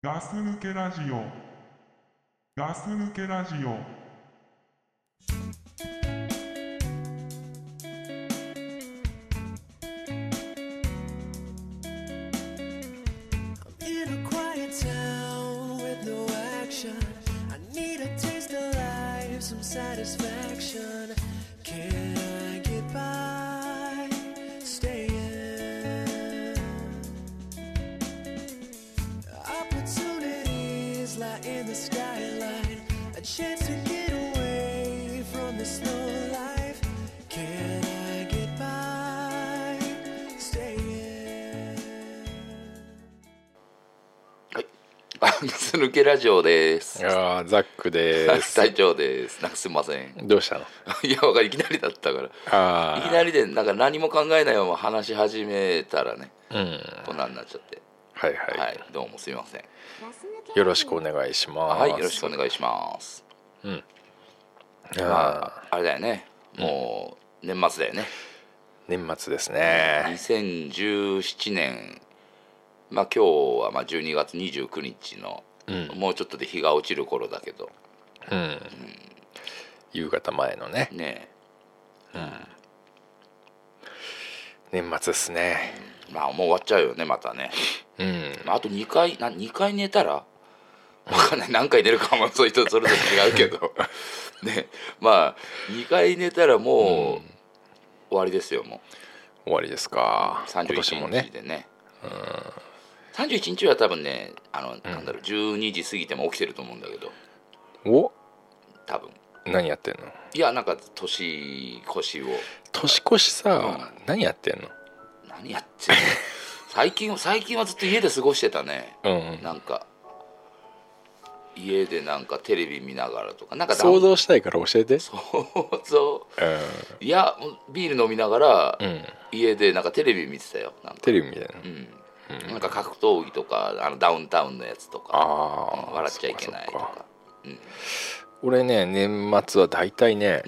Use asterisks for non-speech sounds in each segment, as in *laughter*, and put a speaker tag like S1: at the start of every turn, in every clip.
S1: ガス抜けラジオ。ガス抜けラジオ。
S2: In a quiet town with no action, I need a taste of life, some satisfaction. Can I get by staying? Opportunities lie in the skyline, a chance to get away from this slow life. Can I get by staying?
S3: あ、ガス抜けラジオです。
S4: ああザックで
S3: *laughs*
S4: ーす
S3: 隊長です。なんかすいません。 *laughs*
S4: どうしたの
S3: いや、わかるいきなりだったから。いき
S4: あ
S3: なりで、なんか何も考えないまま話し始めたらね、
S4: あうん
S3: こんなんなっちゃって。
S4: はい
S3: は、
S4: はいい、
S3: どうもすいません。
S4: よろしくお願いします
S3: はい、よろしくお願いします。
S4: あ
S3: あれだよね、もう年末だよね。
S4: ー年末ですね
S3: 2017年、まあ今日はまあ12月29日の、
S4: うん
S3: もうちょっとで日が落ちる頃だけど、
S4: うん夕方前のね
S3: ね
S4: 年末ですね
S3: え、まあもう終わっちゃうよね、またね。
S4: うん
S3: まあ、あと2回な2回寝たら分かんない何回寝るかはそういう人それぞれ違うけどねまあ2回寝たらもう終わりですよも
S4: 終わりです
S3: う
S4: か今年
S3: 31
S4: も
S3: 日
S4: ね
S3: でね31日は多分ねあの、なんだろう12時過ぎても起きてると思うんだけど
S4: お
S3: 多分
S4: 何やってんの
S3: いやなんか年越しを
S4: 年越しさ、何やってんの
S3: 何やってんの最近最近はずっと家で過ごしてたね
S4: うん
S3: なんか家でなんかテレビ見ながらとかなんか
S4: 想像したいから教えて
S3: 想像
S4: う
S3: いやビール飲みながら、
S4: ん、うん、
S3: 家でなんかテレビ見てたよなんか
S4: テレビみたいな
S3: うんなんか格闘技とかあのダウンタウンのやつとか
S4: あ
S3: う
S4: あ
S3: ん笑っちゃいけないとか
S4: 俺ね年末は大体ね、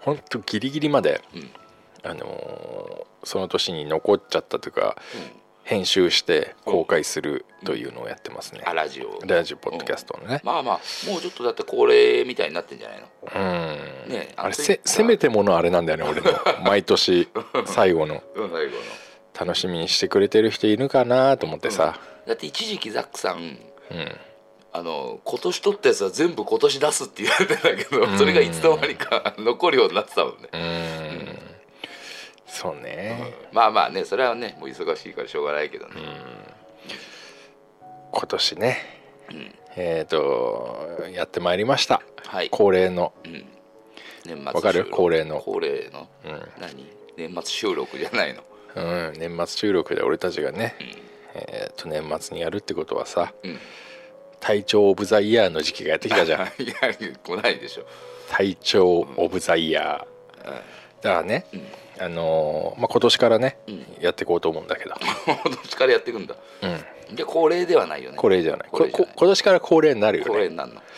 S4: ほんとギリギリまで、
S3: うん
S4: あのーその年に残っちゃったというか、編集して公開するというのをやってますね、
S3: あラジオ
S4: ラジオポッドキャストのね、
S3: まあまあもうちょっとだって恒例みたいになってんじゃないの
S4: うん
S3: ね
S4: あれ
S3: ツイ
S4: せせめてものあれなんだよね *laughs* 俺の毎年最後の
S3: うん最後の
S4: 楽しみにしてくれてる人いるかなと思ってさ、
S3: だって一時期ザックさん
S4: うん
S3: あの今年撮ったやつは全部今年出すって言われてたけどそれがいつの間にか残るようになってたもんね
S4: うんそうね、
S3: まあまあねそれはねもう忙しいからしょうがないけどね
S4: 今年ね、えっ、とやってまいりました
S3: はい
S4: 恒例の
S3: 年末
S4: わか
S3: 収
S4: る
S3: 録
S4: 恒例の
S3: 恒例の、何年末収録じゃないの
S4: うん、年末収録で俺たちがね、えーと年末にやるってことはさ、
S3: うん
S4: 体調オブザイヤーの時期がやってきたじゃん
S3: *laughs* いや来ないでしょ *laughs*
S4: 体調オブザイヤー、だからね、あのーまあ、今年からね、やっていこうと思うんだけど、
S3: どっちからやっていくんだ、うん、で恒例ではないよね
S4: これじゃない
S3: こ
S4: こ
S3: れじゃない
S4: こ今年から恒例になるよ
S3: 恒例
S4: ね
S3: になるの
S4: だか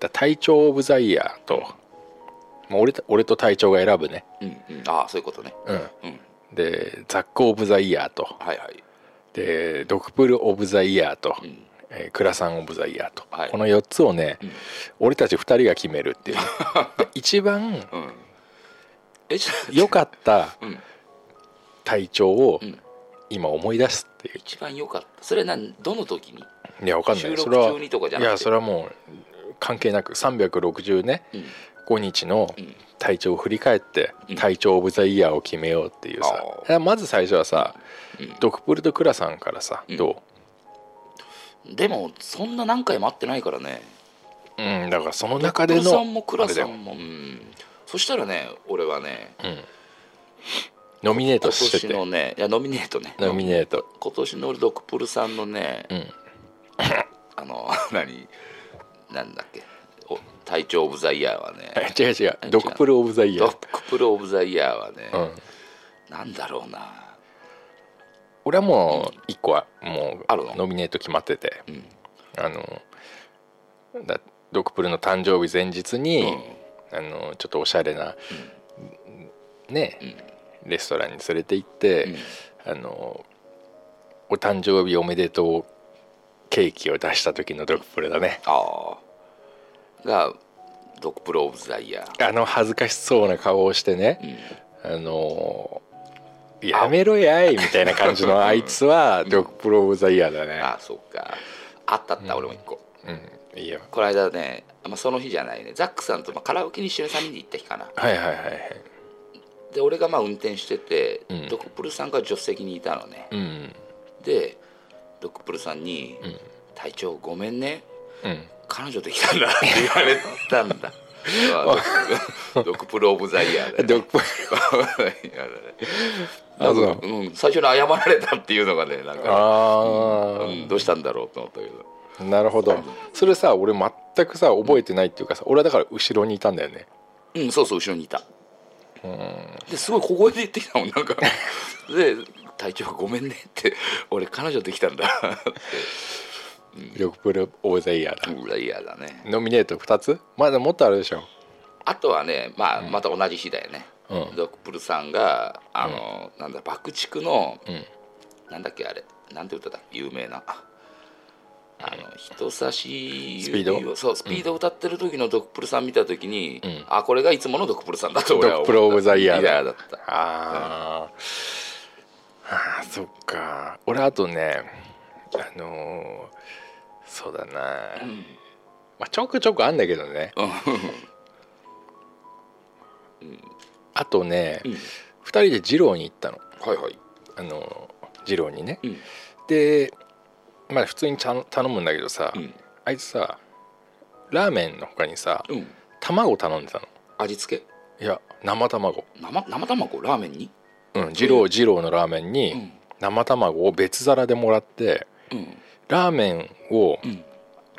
S4: ら体調オブザイヤーと、まあ、俺た俺と隊長が選ぶね、
S3: うん、うん、ああそういうことね
S4: うん
S3: うん
S4: でザックオブザイヤーと
S3: はいはい
S4: でドクプル・オブ・ザ・イヤーと、
S3: ん
S4: えークラさん・オブ・ザ・イヤーと、
S3: はい
S4: この4つをね、俺たち2人が決めるっていう
S3: *laughs*
S4: で一番
S3: うんえちょっと
S4: 良かった
S3: うん
S4: 体調を
S3: ん
S4: 今思い出すっていう
S3: 一番良かったそれは何どの時に
S4: いやわかんない
S3: 収
S4: そ
S3: 録
S4: れは
S3: 中にとかじゃ
S4: い
S3: なくて
S4: やそれはもう関係なく365ね、
S3: うん
S4: 5日の
S3: ん
S4: 体調を振り返って
S3: うん
S4: 体調オブ・ザ・イヤーを決めようっていうさ
S3: あー、
S4: いやまず最初はさ、
S3: うん
S4: ドクプルとクラさんからさ、
S3: うん
S4: ど
S3: でもそんな何回も会ってないからね
S4: う、うん、だからその中での
S3: ドクプルさんもクラ
S4: あれだ
S3: さ
S4: よ
S3: んもうんそしたらね俺はね
S4: ノミネー
S3: 今
S4: トして
S3: 年
S4: て
S3: のねいやノミネートね
S4: ノミネート
S3: 今年の俺ドクプルさんのね、
S4: ん
S3: *laughs* あの *laughs* 何なんだっけお体調オブザイヤーはね、
S4: 違う違うドクプル・オブ・ザ・イヤ
S3: ド
S4: ー、
S3: クプルオブザイヤーはね、
S4: うん、
S3: なんだろうな
S4: 俺はもう一個はもう
S3: あるの
S4: ノミネート決まってて、
S3: ん
S4: あのだドクプルの誕生日前日に、あのちょっとおしゃれな、ね、レストランに連れて行って、あのお誕生日おめでとうケーキを出した時のドクプルだね
S3: ああがドクプロ・オブ・ザ・イヤー
S4: あの恥ずかしそうな顔をしてね、あのーやめろやいみたいな感じ
S3: *laughs*
S4: のあいつはドクプロ・オブ・ザ・イヤーだね
S3: ああそっかあったあった、俺も一個
S4: うんいいよ
S3: この間ね、まあ、その日じゃないねザックさんとまあカラオケに一緒に3人で行った日かな
S4: はいはいはいはい
S3: で俺がまあ運転してて、
S4: うん
S3: ドクプルさんが助手席にいたのね
S4: うん
S3: でドクプルさんに
S4: うん
S3: 「隊長ごめんね
S4: うん
S3: 彼女できたんだ」って言われたん
S4: *laughs*
S3: だまあドク *laughs* プル・オブ・ザ・イヤーで、
S4: ドクプルあ
S3: なん
S4: そう
S3: か、うん、最初に謝られたっていうのがねなんか、
S4: ああ、
S3: うん、どうしたんだろうと思ったけど
S4: なるほどそれさ俺全くさ覚えてないっていうかさ俺はだから後ろにいたんだよね
S3: うんそうそう後ろにいたですごい小声で言ってきたもん
S4: *laughs*
S3: なんかで「隊長ごめんね」って「俺彼女できたんだ」 *laughs*
S4: ドクプル・オブ・ザ・イヤーだ、
S3: うんいやだね
S4: ノミネート2つまだもっとあるでしょ
S3: あとはね、まあ、また同じ日だよね、
S4: うん
S3: ドクプルさんがあの、なんだ爆竹の、
S4: ん
S3: なんだっけあれなんて歌だ有名なあの人差し
S4: スピード
S3: をそうスピードを歌ってる時のドクプルさん見た時に、
S4: ん
S3: あこれがいつものドクプルさんだと俺は
S4: ド
S3: 思っ
S4: ク
S3: た
S4: プロ・オブ・ザ・イヤー
S3: イヤ
S4: だ
S3: ーだった
S4: あーあーそっか俺あとねあのーそうだな、まあ、ちょくちょくあんだけどね、 *laughs* あとね、
S3: うん
S4: 二2人で二郎に行ったの
S3: はいはい
S4: あのー二郎にね、
S3: うん
S4: でまあ普通にちゃん頼むんだけどさ、
S3: うん
S4: あいつさラーメンの他にさ
S3: うん
S4: 卵頼んでたの
S3: 味付け
S4: いや生卵
S3: 生生卵ラーメンに
S4: うん二郎二郎のラーメンに、
S3: うん
S4: 生卵を別皿でもらって
S3: うん
S4: ラーメンを
S3: うん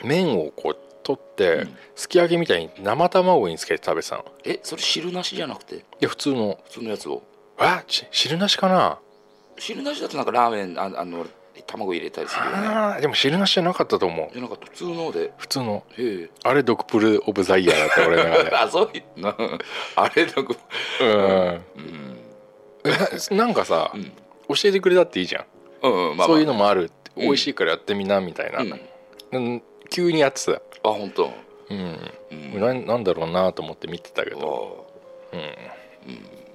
S4: 麺をこう取って、
S3: うん
S4: すき揚げみたいに生卵につけて食べてたのい
S3: えそれ汁なしじゃなくて
S4: や普通の
S3: 普通のやつを
S4: あち汁なしかな、
S3: 汁なしだとなんかラーメンああの卵入れたりするよね
S4: あーでも汁なしじゃなかったと思う
S3: でなんか普通ので
S4: 普通の
S3: へ
S4: あれドクプル・オブ・ザ・イヤーだった俺の中
S3: え *laughs* あそういうのあれだこ
S4: で
S3: うん
S4: うんなんかさ、
S3: うん
S4: 教えてくれたっていいじゃん、
S3: うんまあまあ
S4: そういうのもあるって
S3: うん
S4: 美味しいからやってみなみたいな、
S3: うんあ
S4: うん急にやってた
S3: 本当
S4: うん、
S3: うん
S4: ななんだろうなと思って見てたけ
S3: あ
S4: ど
S3: ーうん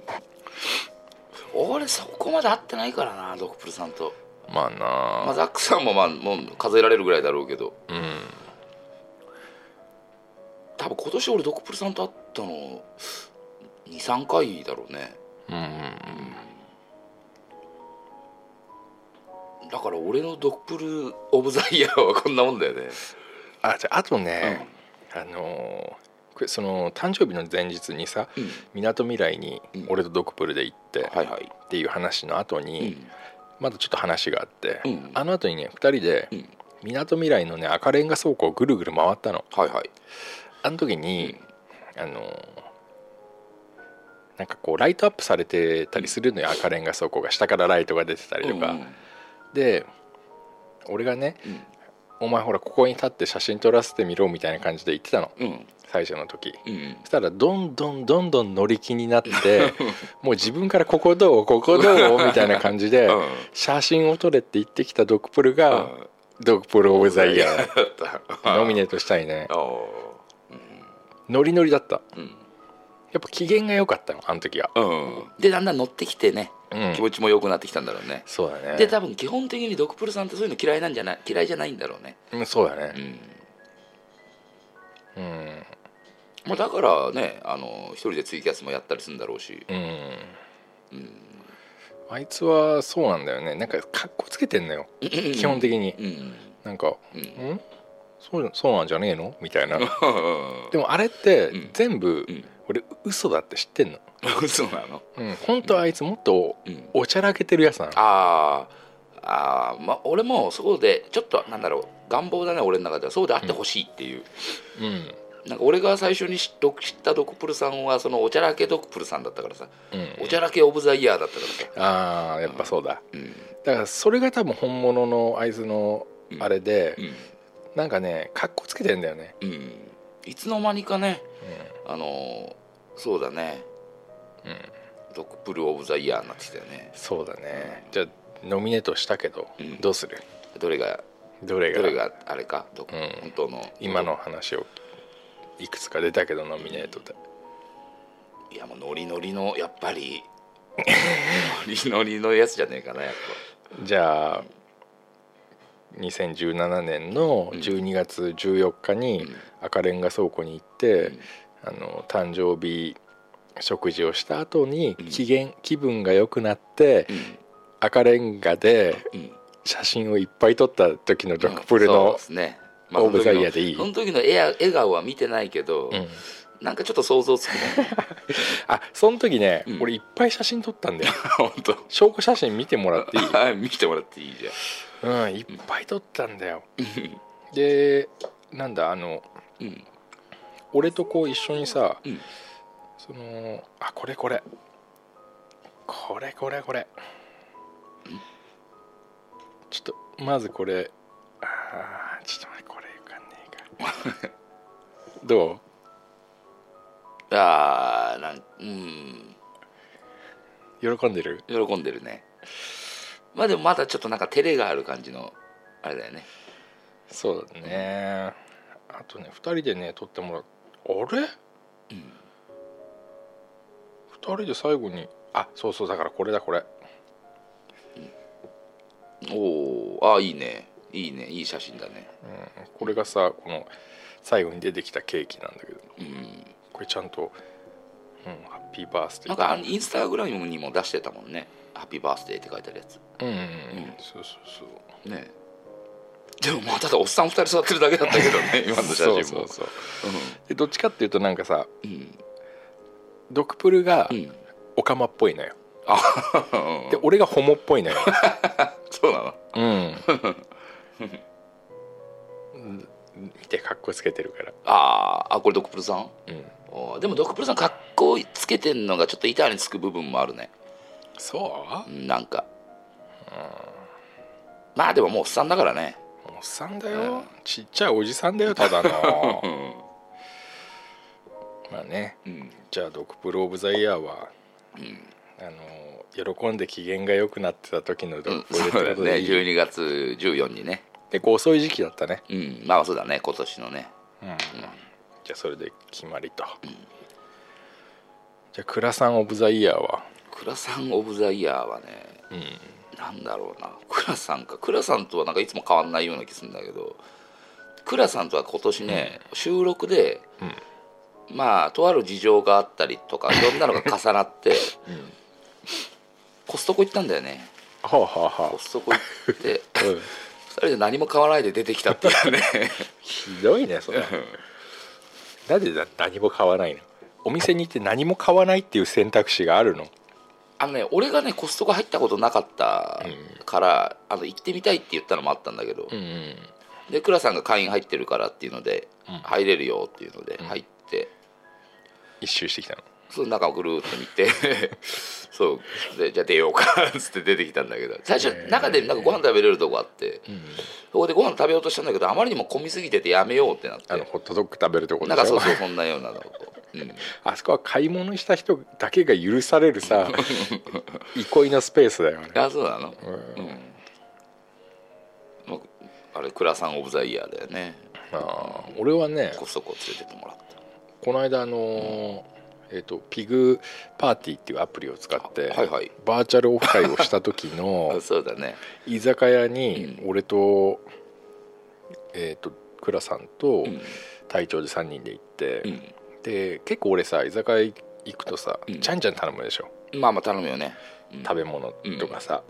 S3: 俺そこまで会ってないからなドクプルさんと
S4: まあなあ
S3: まあザックさんもまあもう数えられるぐらいだろうけど
S4: うん
S3: 多分今年俺ドクプルさんと会ったの23回だろうね
S4: うん
S3: だから俺のドクプル・オブ・ザ・イヤーはこんなもんだよね
S4: あじゃああとね、あのーこれその誕生日の前日にさ
S3: うん
S4: みなとみらいに
S3: うん
S4: 俺とドクプルで行ってっ
S3: はいはい
S4: ていう話の後に、まだちょっと話があって、
S3: うん
S4: あの後にね2人で
S3: うん
S4: みなとみらいのね赤レンガ倉庫をぐるぐる回ったの
S3: はいはい
S4: あの時に、あのーなんかこうライトアップされてたりするのよ、赤レンガ倉庫が下からライトが出てたりとか、
S3: うん
S4: で俺がね、
S3: うん
S4: お前ほらここに立って写真撮らせてみろ」みたいな感じで言ってたの
S3: うん
S4: 最初の時
S3: うん
S4: そしたらどんどんどんどん乗り気になって
S3: *laughs*
S4: もう自分から「ここどうここどう?」みたいな感じで
S3: うん
S4: 写真を撮れって言ってきたドクプルが
S3: うん
S4: 「ドクプル・オブ・ザ・イヤー
S3: だった」
S4: ノミネートしたいね
S3: あー
S4: ノリノリだった
S3: うん
S4: やっぱ機嫌が良かったのあの時は
S3: うんでだんだん乗ってきてね
S4: うん
S3: 気持ちも良くなってきたんだろうね
S4: そうだね
S3: で多分基本的にドクプルさんってそういうの嫌いなんじゃない嫌いじゃないんだろうね
S4: うんそうだ
S3: う
S4: ね
S3: ん
S4: うん
S3: まあだからねあの一人でツイキャスもやったりするんだろうし
S4: うんあいつはそうなんだよねなんかかっこつけてんのよ基本的に
S3: うん
S4: なんか「
S3: うん
S4: んそうそうなんじゃねえの?」みたいな
S3: うん
S4: でもあれって
S3: うん
S4: 全部
S3: うん
S4: 俺嘘だって知ってんの、
S3: 嘘なの
S4: うん、本当はあいつもっと
S3: うん
S4: おちゃらけてるやつなの
S3: あーあーまあ俺もそうでちょっとなんだろう願望だね俺の中ではそうであってほしいっていう、
S4: うん
S3: なんか俺が最初に知っ知ったドクプルさんはそのおちゃらけドクプルさんだったからさ、
S4: うん
S3: おちゃらけオブ・ザ・イヤーだったからさ、
S4: ああやっぱそうだ
S3: うん
S4: だからそれが多分本物のあいつの
S3: うん
S4: あれで、
S3: うん
S4: なんかねかっこつけてんだよね
S3: うん、いつの間にかねあのーそうだね、ドクプル・オブ・ザ・イヤーになってきたよね
S4: そうだねじゃあノミネートしたけど、
S3: うん
S4: どうする
S3: どれが
S4: どれが
S3: どれがあれかど
S4: うん
S3: 本当の
S4: 今の話をいくつか出たけどノミネートで
S3: いやもうノリノリのやっぱり *laughs* ノリノリのやつじゃねえかなやっ
S4: じゃあ2017年の12月14日に赤レンガ倉庫に行って、あの誕生日食事をした後に
S3: うん
S4: 機嫌気分が良くなって
S3: ぱ
S4: 赤レンガで
S3: うん、うん
S4: 写真をいっぱい撮った時のドクプルの
S3: そうですね
S4: オブザイヤーでいい
S3: その時の絵や笑顔は見てないけど、
S4: うん
S3: なんかちょっと想像つくね
S4: *laughs* あその時ね、
S3: うん
S4: 俺いっぱい写真撮ったんだよ
S3: 本当
S4: 証拠写真見てもら
S3: *laughs*
S4: っていい
S3: はい *laughs* 見てもらっていいじゃん
S4: うんいっぱい撮ったんだよでなんだあの
S3: うん
S4: 俺とこう一緒にさ、
S3: うん
S4: そのあこれこれこれこれこれちょっとまずこれあーちょっと待ってこれ浮かんねえか *laughs* ど
S3: ああなんうん
S4: う喜んでる
S3: 喜んでるねまあでもまだちょっとなんか照れがある感じのあれだよね
S4: そうだねあとね2人でね撮ってもらうあれ、二2人で最後にあそうそうだからこれだこれ
S3: おおああいいねいいねいい写真だね
S4: これがさこの最後に出てきたケーキなんだけど
S3: うん
S4: これちゃんと、うん、ハッピーバースデ
S3: なん
S4: ー
S3: かあのインスタグラムにも出してたもんね「ハッピーバースデー」って書いてあるやつ
S4: うん、うんうん
S3: うん、
S4: そうそう
S3: ねでもまあただおっさん二人座ってるだけだったけど
S4: *laughs*
S3: ね今の写真
S4: そう
S3: も
S4: そうそうでどっちかっていうとなんかさ
S3: うんうん
S4: ドクプルが
S3: うん
S4: オカマっぽいのよ、
S3: うん
S4: で俺がホモっぽいのよ
S3: そうなの
S4: うんうん見てかっこつけてるから
S3: あーあこれドクプルさん
S4: うん
S3: おーでもドクプルさん格好つけてんのがちょっと板につく部分もあるね
S4: そう
S3: うんなんかまあでももうおっさんだからね
S4: おっさんだよちっちゃいおじさんだよただのまあね
S3: うん
S4: じゃあドクプル・オブ・ザ・イヤーは、あの喜んで機嫌が良くなってた時の
S3: う
S4: ド
S3: ん
S4: クプル
S3: そ
S4: っ
S3: う
S4: て
S3: だ
S4: こと
S3: ね
S4: でいい、
S3: 12月14にね
S4: 結構遅い時期だったね、
S3: うんまあそうだね今年のね
S4: じゃあそれで決まりと、じゃあ倉さん・オブ・ザ・イヤーは
S3: 倉さんオブザイヤーはね、なんだろうな倉さんか倉さんとはなんかいつも変わんないような気するんだけど倉さんとは今年ね、収録で、まあとある事情があったりとかいろんなのが重な *laughs* って、コストコ行ったんだよね
S4: はあはあは
S3: コストコ行って
S4: あ、うん、
S3: 2人で何も買わないで出てきたっていう *laughs* ね
S4: ひどいねそれなんでだ何も買わないのお店に行って何も買わないっていう選択肢があるの
S3: あのね俺がねコストコ入ったことなかったから、あの行ってみたいって言ったのもあったんだけど、
S4: ん
S3: で倉さんが会員入ってるからっていうので、入れるよっていうので入って、
S4: 一周してきたの
S3: その中をぐるーっと見て *laughs* そうでじゃあ出ようか *laughs* っつって出てきたんだけど最初中でなんかご飯食べれるとこあって、そこでご飯食べようとしたんだけどあまりにも混みすぎててやめようってなって
S4: あのホットドッグ食べるところ
S3: なんかそうそうそんなようなのを、うん、
S4: あそこは買い物した人だけが許され
S3: *laughs*
S4: るさ憩いのスペースだよね
S3: あそうなのうん、まあ、あれ倉さんオブザイヤーだよね
S4: あー俺はね
S3: コストコ連れてってもらった
S4: この間あのーえっとピグパーティーっていうアプリを使って、
S3: あはいはい
S4: バーチャルオフ会をした時
S3: あ *laughs*
S4: の
S3: そうだね
S4: 居酒屋に俺と、えっ、と倉さんと
S3: うん
S4: 隊長で3人で行って、
S3: う
S4: で結構俺さ居酒屋行くとさ、
S3: うん
S4: ちゃんちゃん頼むでしょ
S3: んまあまあ頼むよね、うん
S4: 食べ物とかさ、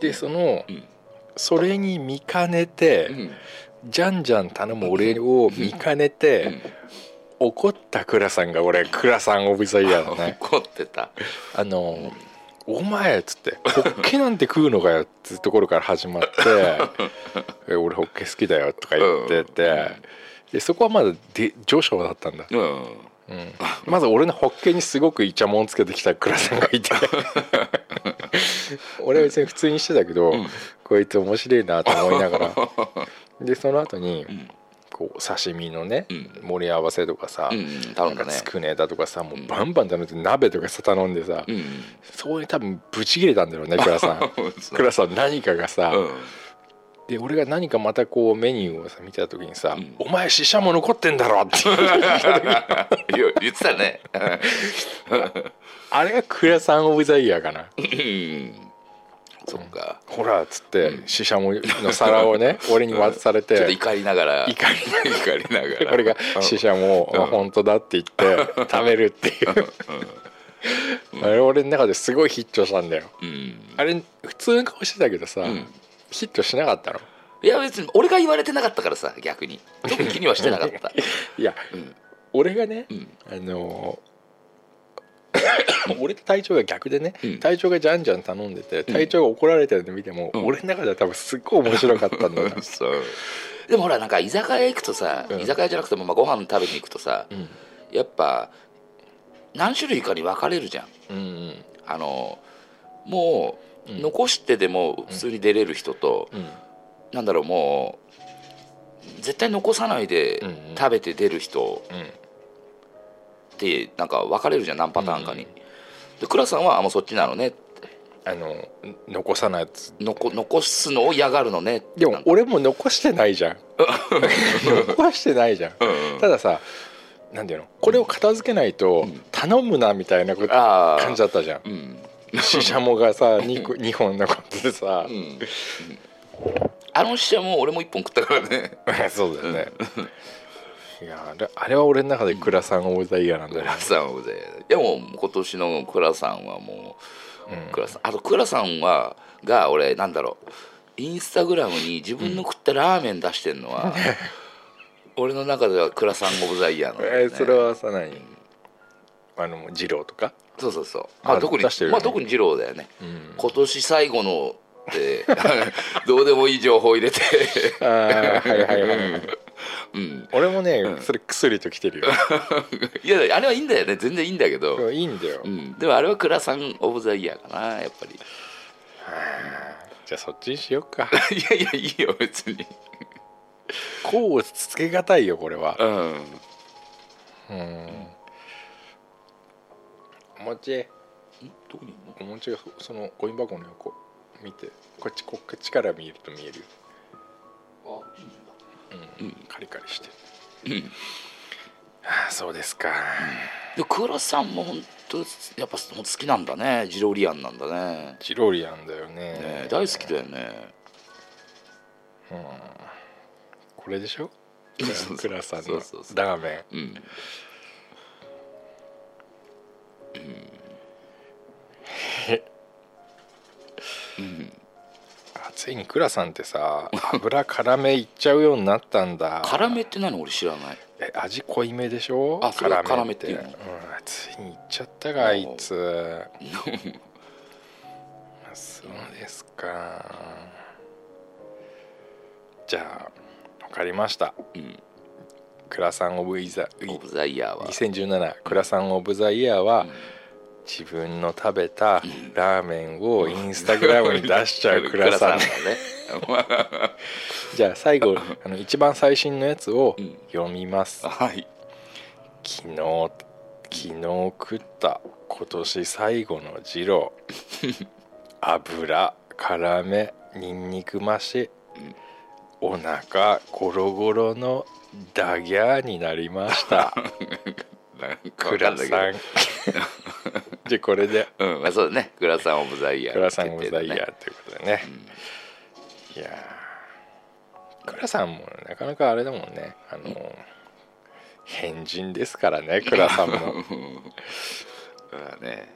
S4: でその、
S3: うん
S4: それに見かねて、
S3: うん
S4: じゃんじゃん頼む俺を見かねて、怒った倉さんが俺倉さんオブザイヤーのね
S3: *laughs* 怒ってた
S4: あの「お前」っつって「ホッケなんて食うのかよ」っつうところから始ま
S3: *laughs*
S4: って「え俺ホッケ好きだよ」とか言ってて、でそこはまだで上昇だったんだ、
S3: うん
S4: うんまず俺のホッケにすごくイチャモンつけてきた倉さんがい *laughs* て俺は別に普通にしてたけど、こいつ面白いなと思いながらでその後に、こう刺身のね、
S3: ん
S4: 盛り合わせとかさ、
S3: うん
S4: な
S3: 頼
S4: ん
S3: ん
S4: か
S3: だね
S4: つくねだとかさもうバンバン頼んで鍋とかさ頼んでさ、
S3: うん
S4: *laughs* そこに多分ブチ切れたんだろうね倉さん
S3: そう
S4: 倉さん何かがさ、
S3: うん
S4: で俺が何かまたこうメニューをさ見た時にさ「
S3: ん
S4: お前シシャも残ってんだ *laughs* ろ」って
S3: いや言ってたね
S4: あれがクラさんオブザイヤーかな
S3: うんそっか
S4: ほらっつってシシャモの皿をね俺に渡され
S3: ちょっと
S4: て
S3: 怒りながら
S4: 怒り
S3: 怒りながら
S4: 俺がシシャモ
S3: うん
S4: を本当だって言って食べるっていうあれ俺の中ですごいヒットしたんだよ
S3: うん
S4: あれ普通の顔してたけどさ
S3: ん
S4: ヒットしなかったの
S3: いや別に俺が言われてなかったからさ逆に特に気にはしてなかった *laughs*
S4: いや
S3: うん
S4: 俺がね
S3: うん
S4: あのー *coughs* 俺と隊長が逆でね、
S3: うん
S4: 隊長がじゃんじゃん頼んでて隊長が怒られてるの見ても、
S3: うん
S4: 俺の中では多分すっごい面白かったんだよな
S3: そうでもほらなんか居酒屋行くとさ、
S4: うん
S3: 居酒屋じゃなくてもまあご飯食べに行くとさ、
S4: うん
S3: やっぱ何種類かに分かれるじゃん
S4: うん
S3: あのもう
S4: うん
S3: 残してでも普通に出れる人と、
S4: うん
S3: なんだろうもう絶対残さないで
S4: うんうん
S3: 食べて出る人ってなんか分かれるじゃん何パターンかに、
S4: うん
S3: で倉さんはあもうそっちなのねって
S4: あのん残さないやつ
S3: 残残すのを嫌がるのねって
S4: で
S3: な
S4: も
S3: んか
S4: 俺も残してな
S3: *laughs*
S4: いじゃん残してないじゃん
S3: うんうん
S4: たださなんていうのこれを片付けないと頼むなみたいなこと
S3: ああ
S4: 感じだったじゃ
S3: *laughs*
S4: ん
S3: うん
S4: シシャモがさ 2, 個2本残っててさ
S3: うんあの試合も俺も一本食ったからね *laughs*
S4: そうだよねいやあれあれは俺の中で倉さんオブザイヤーなんだよ
S3: 倉さんはででも今年の倉さんはもう倉さんあと倉さんはが俺なんだろうインスタグラムに自分の食ったラーメン出してんの
S4: *laughs*
S3: は、俺の中では倉さんオブザイヤーなんだ
S4: え
S3: よ
S4: ー
S3: ね
S4: それはさ何あの二郎とか、
S3: そうそうそうまあ
S4: あ
S3: 特に、
S4: 出してるよね
S3: まあ特に二郎だよね、
S4: うん、
S3: 今年最後のって *laughs* どうでもいい情報入れて *laughs*
S4: あーはいはいはい、はい、
S3: うん
S4: 俺もね、それ薬と来てるよ
S3: いやあれはいいんだよね全然いいんだけど、
S4: いいんだよ、
S3: うん、でもあれは倉さんオブザイヤーかなやっぱり
S4: じゃあそっちにしようか
S3: い *laughs* やいやいいよ別に
S4: こうつけがたいよこれは
S3: うん
S4: うんお餅
S3: どこにいるの
S4: お餅がそそのゴミ箱の横見てこっちこっちから見ると見えるようん、カリカリして
S3: うん
S4: ああそうですか、
S3: で倉さんも本当やっぱほんと好きなんだねジロリアンなんだね
S4: ジロリアンだよね
S3: ね大好きだよね
S4: これでしょ
S3: そう
S4: *laughs* クラさん
S3: そ
S4: の
S3: うそうそう
S4: ラーメ
S3: うん
S4: ンあついにクラさんってさ油辛めいっちゃうようになったんだ
S3: 辛めって何俺知らない
S4: え味濃いめでしょ
S3: あそれが辛めって
S4: う
S3: い
S4: ん
S3: うの
S4: ついにいっちゃったがあいつ *laughs* そうですかじゃあ分かりました
S3: うん
S4: クラさんオブイザイ
S3: オブザイヤーは
S4: 2017クラさんオブザイヤーは、自分の食べたラーメンをインスタグラムに出しちゃうク
S3: *laughs*
S4: ラさん
S3: 倉だ
S4: *laughs*
S3: ね
S4: じゃあ最後あの一番最新のやつを
S3: ん
S4: 読みます、
S3: はい
S4: 昨日昨日食った今年最後の
S3: *laughs*
S4: 二郎油辛めにんにく増しお腹ゴロゴロのダギャーになりました
S3: なんか *laughs* わ
S4: ク
S3: か
S4: ラ
S3: んないけど *laughs*
S4: さんじゃあこれで
S3: うん、まあ、そうだね倉さんオブザイヤー
S4: クラさんもザイヤ
S3: 決
S4: ーということでね、いやークラさんもなかなかあれだもんねあのー変人ですからねクラさんも、うん
S3: 定だねそうだね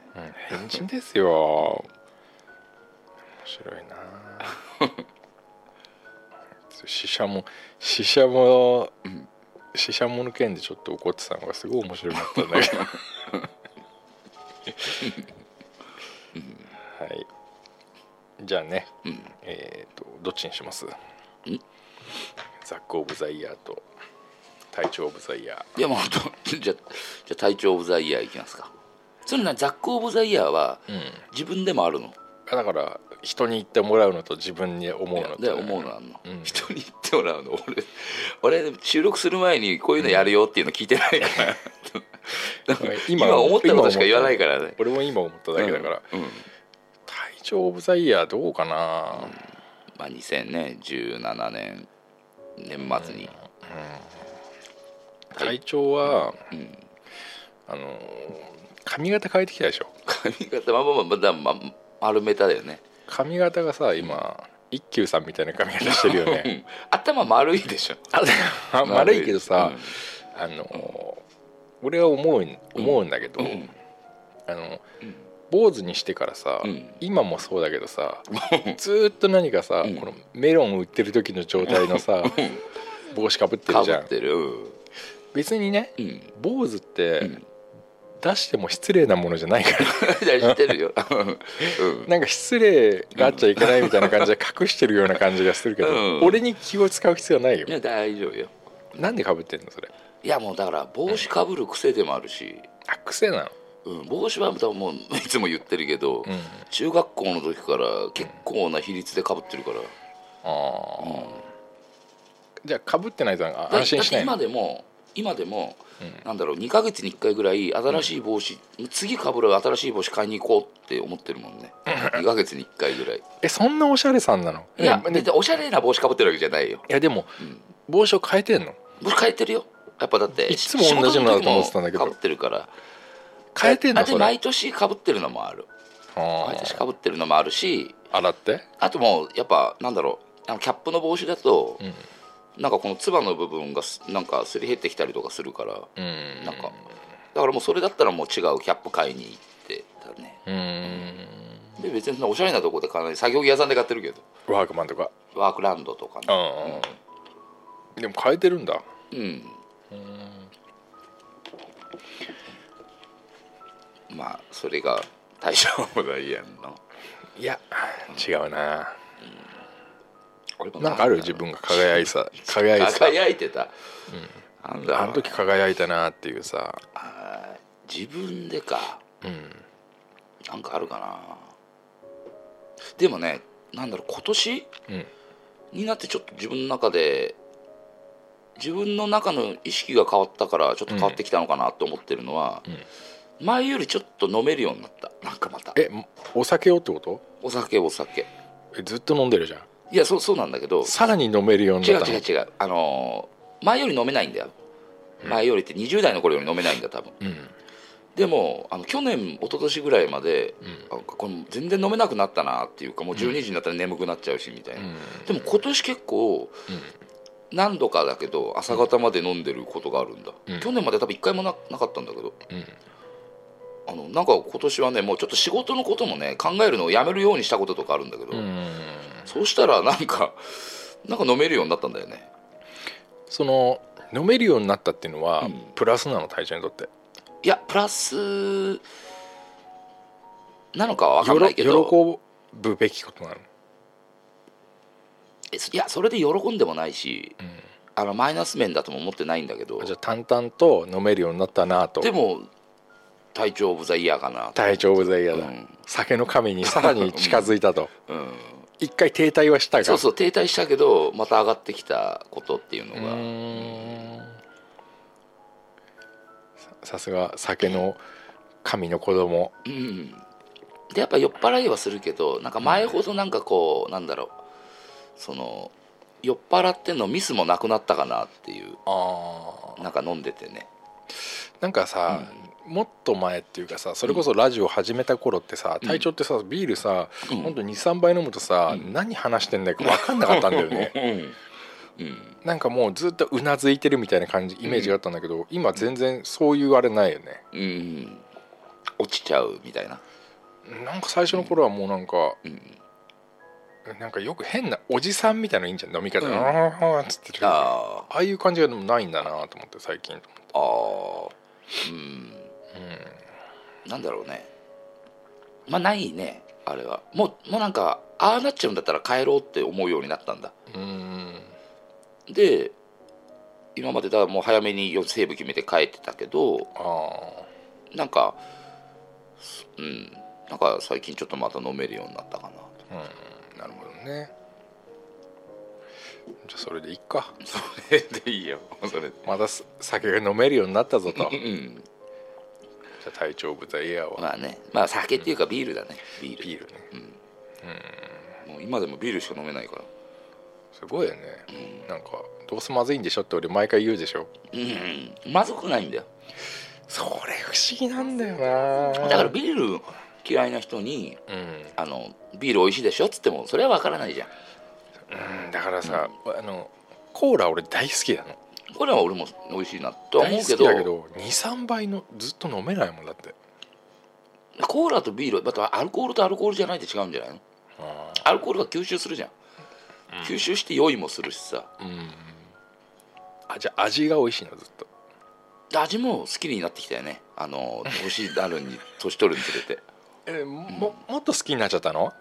S4: 変人ですよ面白いな死者も死者も死者もの件でちょっと怒ってたのがすごい面白かったんだけどはいじゃあね、えっ、とどっちにしますザック・オブ・ザ・イヤーと隊長・オブ・ザ・イヤ
S3: いやもうほんとじゃじゃあ隊長オブザイヤーいきますかそれなザックオブザイヤーは
S4: ー、
S3: 自分でもあるの、
S4: あだから人に言ってもらうのと自分に思うのと
S3: で思うのあんの、
S4: うん
S3: 人に言ってもらうの俺俺収録する前にこういうのやるよっていうの聞いてないから、
S4: *laughs*
S3: 今思ったことしか言わないからね
S4: 俺も今思っただけだから、
S3: うんうん
S4: 体調オブザイヤーどうかな、
S3: まあ、2017年年末に、
S4: 会長は、
S3: うん
S4: あの髪型変えてきたでしょ
S3: 髪型まあまあまあまだ、まあ、丸めただよね
S4: 髪型がさ今一休さんみたいな髪型してるよ
S3: う
S4: ね
S3: ん頭丸いでしょ
S4: *laughs* あであ悪いけどさ、
S3: うん
S4: *laughs* あの俺は思うん思うんだけど、
S3: うん
S4: あの坊主にしてからさ、
S3: うん
S4: 今もそうだけ
S3: *laughs*
S4: どさずーっと何かさ、
S3: うん
S4: このメロン売ってる時の状態のさ、帽子かぶって
S3: か
S4: る
S3: ぶ
S4: じゃん
S3: ってるうん
S4: 別にね
S3: うん
S4: 坊主って、
S3: うん
S4: 出しても失礼なものじゃないから
S3: *laughs* 知って
S4: *laughs*
S3: るよ、 *laughs* うん、
S4: なんか失礼があっちゃいけないみたいな感じで隠してるような感じがするけど、
S3: うん
S4: 俺に気を使う必要はないよ
S3: いや大丈夫よ
S4: なんでかぶってんのそれ
S3: いやもうだから帽子かぶる癖でもあるし、
S4: あ癖なの
S3: うん、帽子は多分もういつも言ってるけど、
S4: うん
S3: 中学校の時から結構な比率でかぶってるから、う
S4: あ
S3: ん
S4: あじゃあかぶってないとあ
S3: だ
S4: 安心しない
S3: だっ
S4: の
S3: て今でも今でも、
S4: うん
S3: なんだろう2ヶ月に1回ぐらい新しい帽子、次かぶる新しい帽子買いに行こうって思ってるもんね2ヶ *laughs* 月に1回ぐらい
S4: えそんなおしゃれさんなの
S3: いや
S4: ねね
S3: 別におしゃれな帽子かぶってるわけじゃないよ
S4: いやでも、
S3: ん
S4: 帽子を変えてんの
S3: 帽子変えてるよやっぱだって
S4: いつも同じのだと思ってたんだけど
S3: かぶってるから
S4: 変えてん
S3: あ
S4: の
S3: で
S4: それ
S3: 毎年かぶってるのもある
S4: あ
S3: 毎年
S4: ー
S3: かぶってるのもあるし
S4: 洗って
S3: あともうやっぱなんだろうあのキャップの帽子だと、
S4: うん
S3: なんかこのつばの部分がすなんかすり減ってきたりとかするから
S4: うん
S3: なんかだからもうそれだったらもう違うキャップ買いに行ってたね
S4: うん
S3: で別にそんなおしゃれなとこで買わない作業着屋さんで買ってるけど
S4: ワークマンとか
S3: ワークランドとか
S4: う
S3: ね
S4: んうんでも変えてるんだ
S3: うん、まあそれが大丈夫だいやんの
S4: いや違うな
S3: 俺も
S4: なんかある自分が輝いさ輝いさ
S3: 輝いてた、なんだろう
S4: あの時輝いたなっていうさ
S3: あー自分でか
S4: うん
S3: なんかあるかなでもねなんだろう今年
S4: うん
S3: になってちょっと自分の中で自分の中の意識が変わったからちょっと変わってきたのかなと思ってるのは、前よりちょっと飲めるようになったなんかまた
S4: えお酒をってこと
S3: お酒お酒
S4: えずっと飲んでるじゃん
S3: いやそうそうなんだけど
S4: さらに飲めるように
S3: 違う
S4: なった
S3: 違
S4: の
S3: う違うあのー前より飲めないんだよ前よりって20代の頃より飲めないんだ多分
S4: うん
S3: でもあの去年一昨年ぐらいまで、あこれ全然飲めなくなったなっていうかもう12時になったら眠くなっちゃうしみたいな、でも今年結構、何度かだけど朝方まで飲んでることがあるんだ、
S4: うん
S3: 去年まで多分1回もななかったんだけど
S4: うん
S3: あのなんか今年はねもうちょっと仕事のこともね考えるのをやめるようにしたこととかあるんだけど、
S4: うん
S3: そうしたらなんかなんか飲めるようになったんだよね
S4: その飲めるようになったっていうのは、
S3: うん
S4: プラスなの体調にとって
S3: いやプラスなのかは分かん
S4: よ
S3: な
S4: ろ
S3: いけど
S4: 喜ぶべきことなの
S3: えそいやそれで喜んでもないし、あのマイナス面だとも思ってないんだけど
S4: じゃあ淡々と飲めるようになったなと
S3: でも体調オブザイヤーかなと
S4: 体調不在やだ、
S3: うん
S4: 酒の
S3: *laughs*
S4: 神にさらに近づいたと
S3: うん、
S4: 一回停滞はしたが
S3: そうそう停滞したけどまた上がってきたことっていうの
S4: う
S3: が、
S4: ーんささすが酒の神の子供
S3: うんでやっぱ酔っ払いはするけどなんか前ほどなんかこうなんだろうその酔っ払ってのミスもなくなったかなっていう
S4: あ
S3: なんか飲んでてね
S4: なんかさ、もっと前っていうかさそれこそラジオ始めた頃ってさ体調ってさビールさ、
S3: うん
S4: ほんと23杯飲むとさ、何話してんだか分かんなかったんだよね
S3: うん
S4: *laughs* なんかもうずっとうなずいてるみたいな感じイメージがあったんだけど、今全然そういうあれないよね
S3: うん落ちちゃうみたいな
S4: なんか最初の頃はもうなんか、
S3: うん
S4: なんかよく変なおじさんみたいなのいいんじゃん飲み方、
S3: うん
S4: ああっつってるあ
S3: あ
S4: あいう感じがでもないんだなと思って最近
S3: あああうんなんだろうねまあないねあれはもうもうなんかああなっちゃうんだったら帰ろうって思うようになったんだ
S4: うんうん
S3: で今までだからもう早めに予セーブ決めて帰ってたけど
S4: ああ
S3: なんかうんなんか最近ちょっとまた飲めるようになったかなと
S4: うんなるほどねじゃあそれでいっか
S3: それでいいよそれで
S4: またす酒が飲めるようになったぞと
S3: う
S4: じ
S3: ん
S4: ゃあ体調部隊エアは
S3: まあねまあ酒っていうかビールだねビール
S4: ビールね
S3: もう今でもビールしか飲めないから
S4: すごいよね、なんかどうせまずいんでしょって俺毎回言うでしょ
S3: うんうんまずくないんだよ
S4: それ不思議なんだよな
S3: だからビール嫌いな人に
S4: うん
S3: あのビール美味しいでしょっつってもそれは分からないじゃん
S4: うんだからさ、あのコーラ俺大好きなの
S3: これは俺も美味しいなとは
S4: 大
S3: 思
S4: 好
S3: うけ
S4: き
S3: ど
S4: だけど23倍のずっと飲めないもんだって
S3: コーラとビールだとアルコールとアルコールじゃないって違うんじゃないの
S4: あ
S3: アルコールが吸収するじゃん、吸収して酔いもするしさ
S4: うんあじゃあ味が美味しいのずっと
S3: で味も好きになってきたよねあの年になるに年取るにつれて *laughs*
S4: えももっと好きになっちゃったの、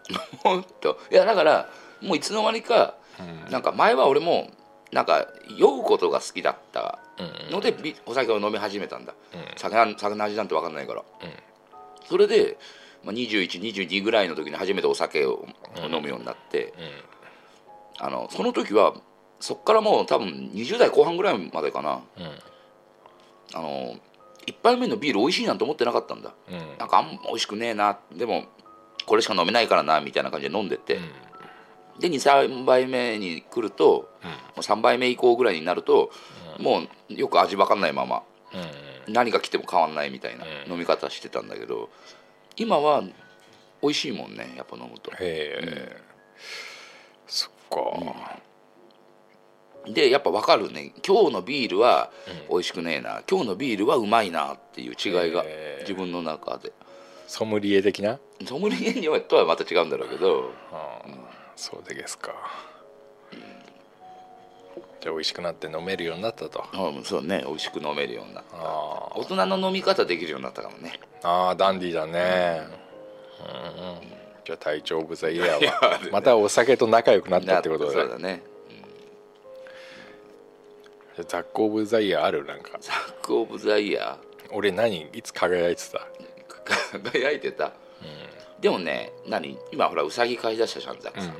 S3: ほんといやだからもういつの間にかなんか前は俺もなんか酔うことが好きだったので、ビお酒を飲み始めたんだ、酒な酒の味なんて分かんないから、それで、まあ、2122ぐらいの時に初めてお酒を飲むようになって、あのその時はそっからもう多分20代後半ぐらいまでかな、あの1杯目のビール美味しいなんて思ってなかったんだ
S4: うん
S3: なんかあんま美味しくねえなでもこれしか飲めないからなみたいな感じで飲んでて、で23杯目に来ると、もう3杯目以降ぐらいになると、もうよく味わかんないまま
S4: うん
S3: 何が来ても変わんないみたいな
S4: うん
S3: 飲み方してたんだけど今は美味しいもんねやっぱ飲むと
S4: へえ、そっか、
S3: でやっぱ分かるね今日のビールは美味しくねえな、今日のビールはうまいなっていう違いが
S4: へえ
S3: 自分の中で
S4: ソムリエ的な、
S3: ソムリエにはとはまた違うんだろうけど
S4: そうですか、じゃあ美味しくなって飲めるようになったと
S3: うんそうね美味しく飲めるようになった
S4: あ
S3: 大人の飲み方できるようになったかもね
S4: あーダンディーだねうん、うん、じゃあ体調ブザイヤーはまたお酒と仲良くなったってこと
S3: なそ
S4: だ
S3: う
S4: ね
S3: だね
S4: 雑魚ブザイヤーあるなんか
S3: ザック・オブ・ザ・イヤ
S4: 俺何いつ輝いてた
S3: ー *laughs* 輝いてた、でもね何今ほらウサギ買い出したじゃんザックさん、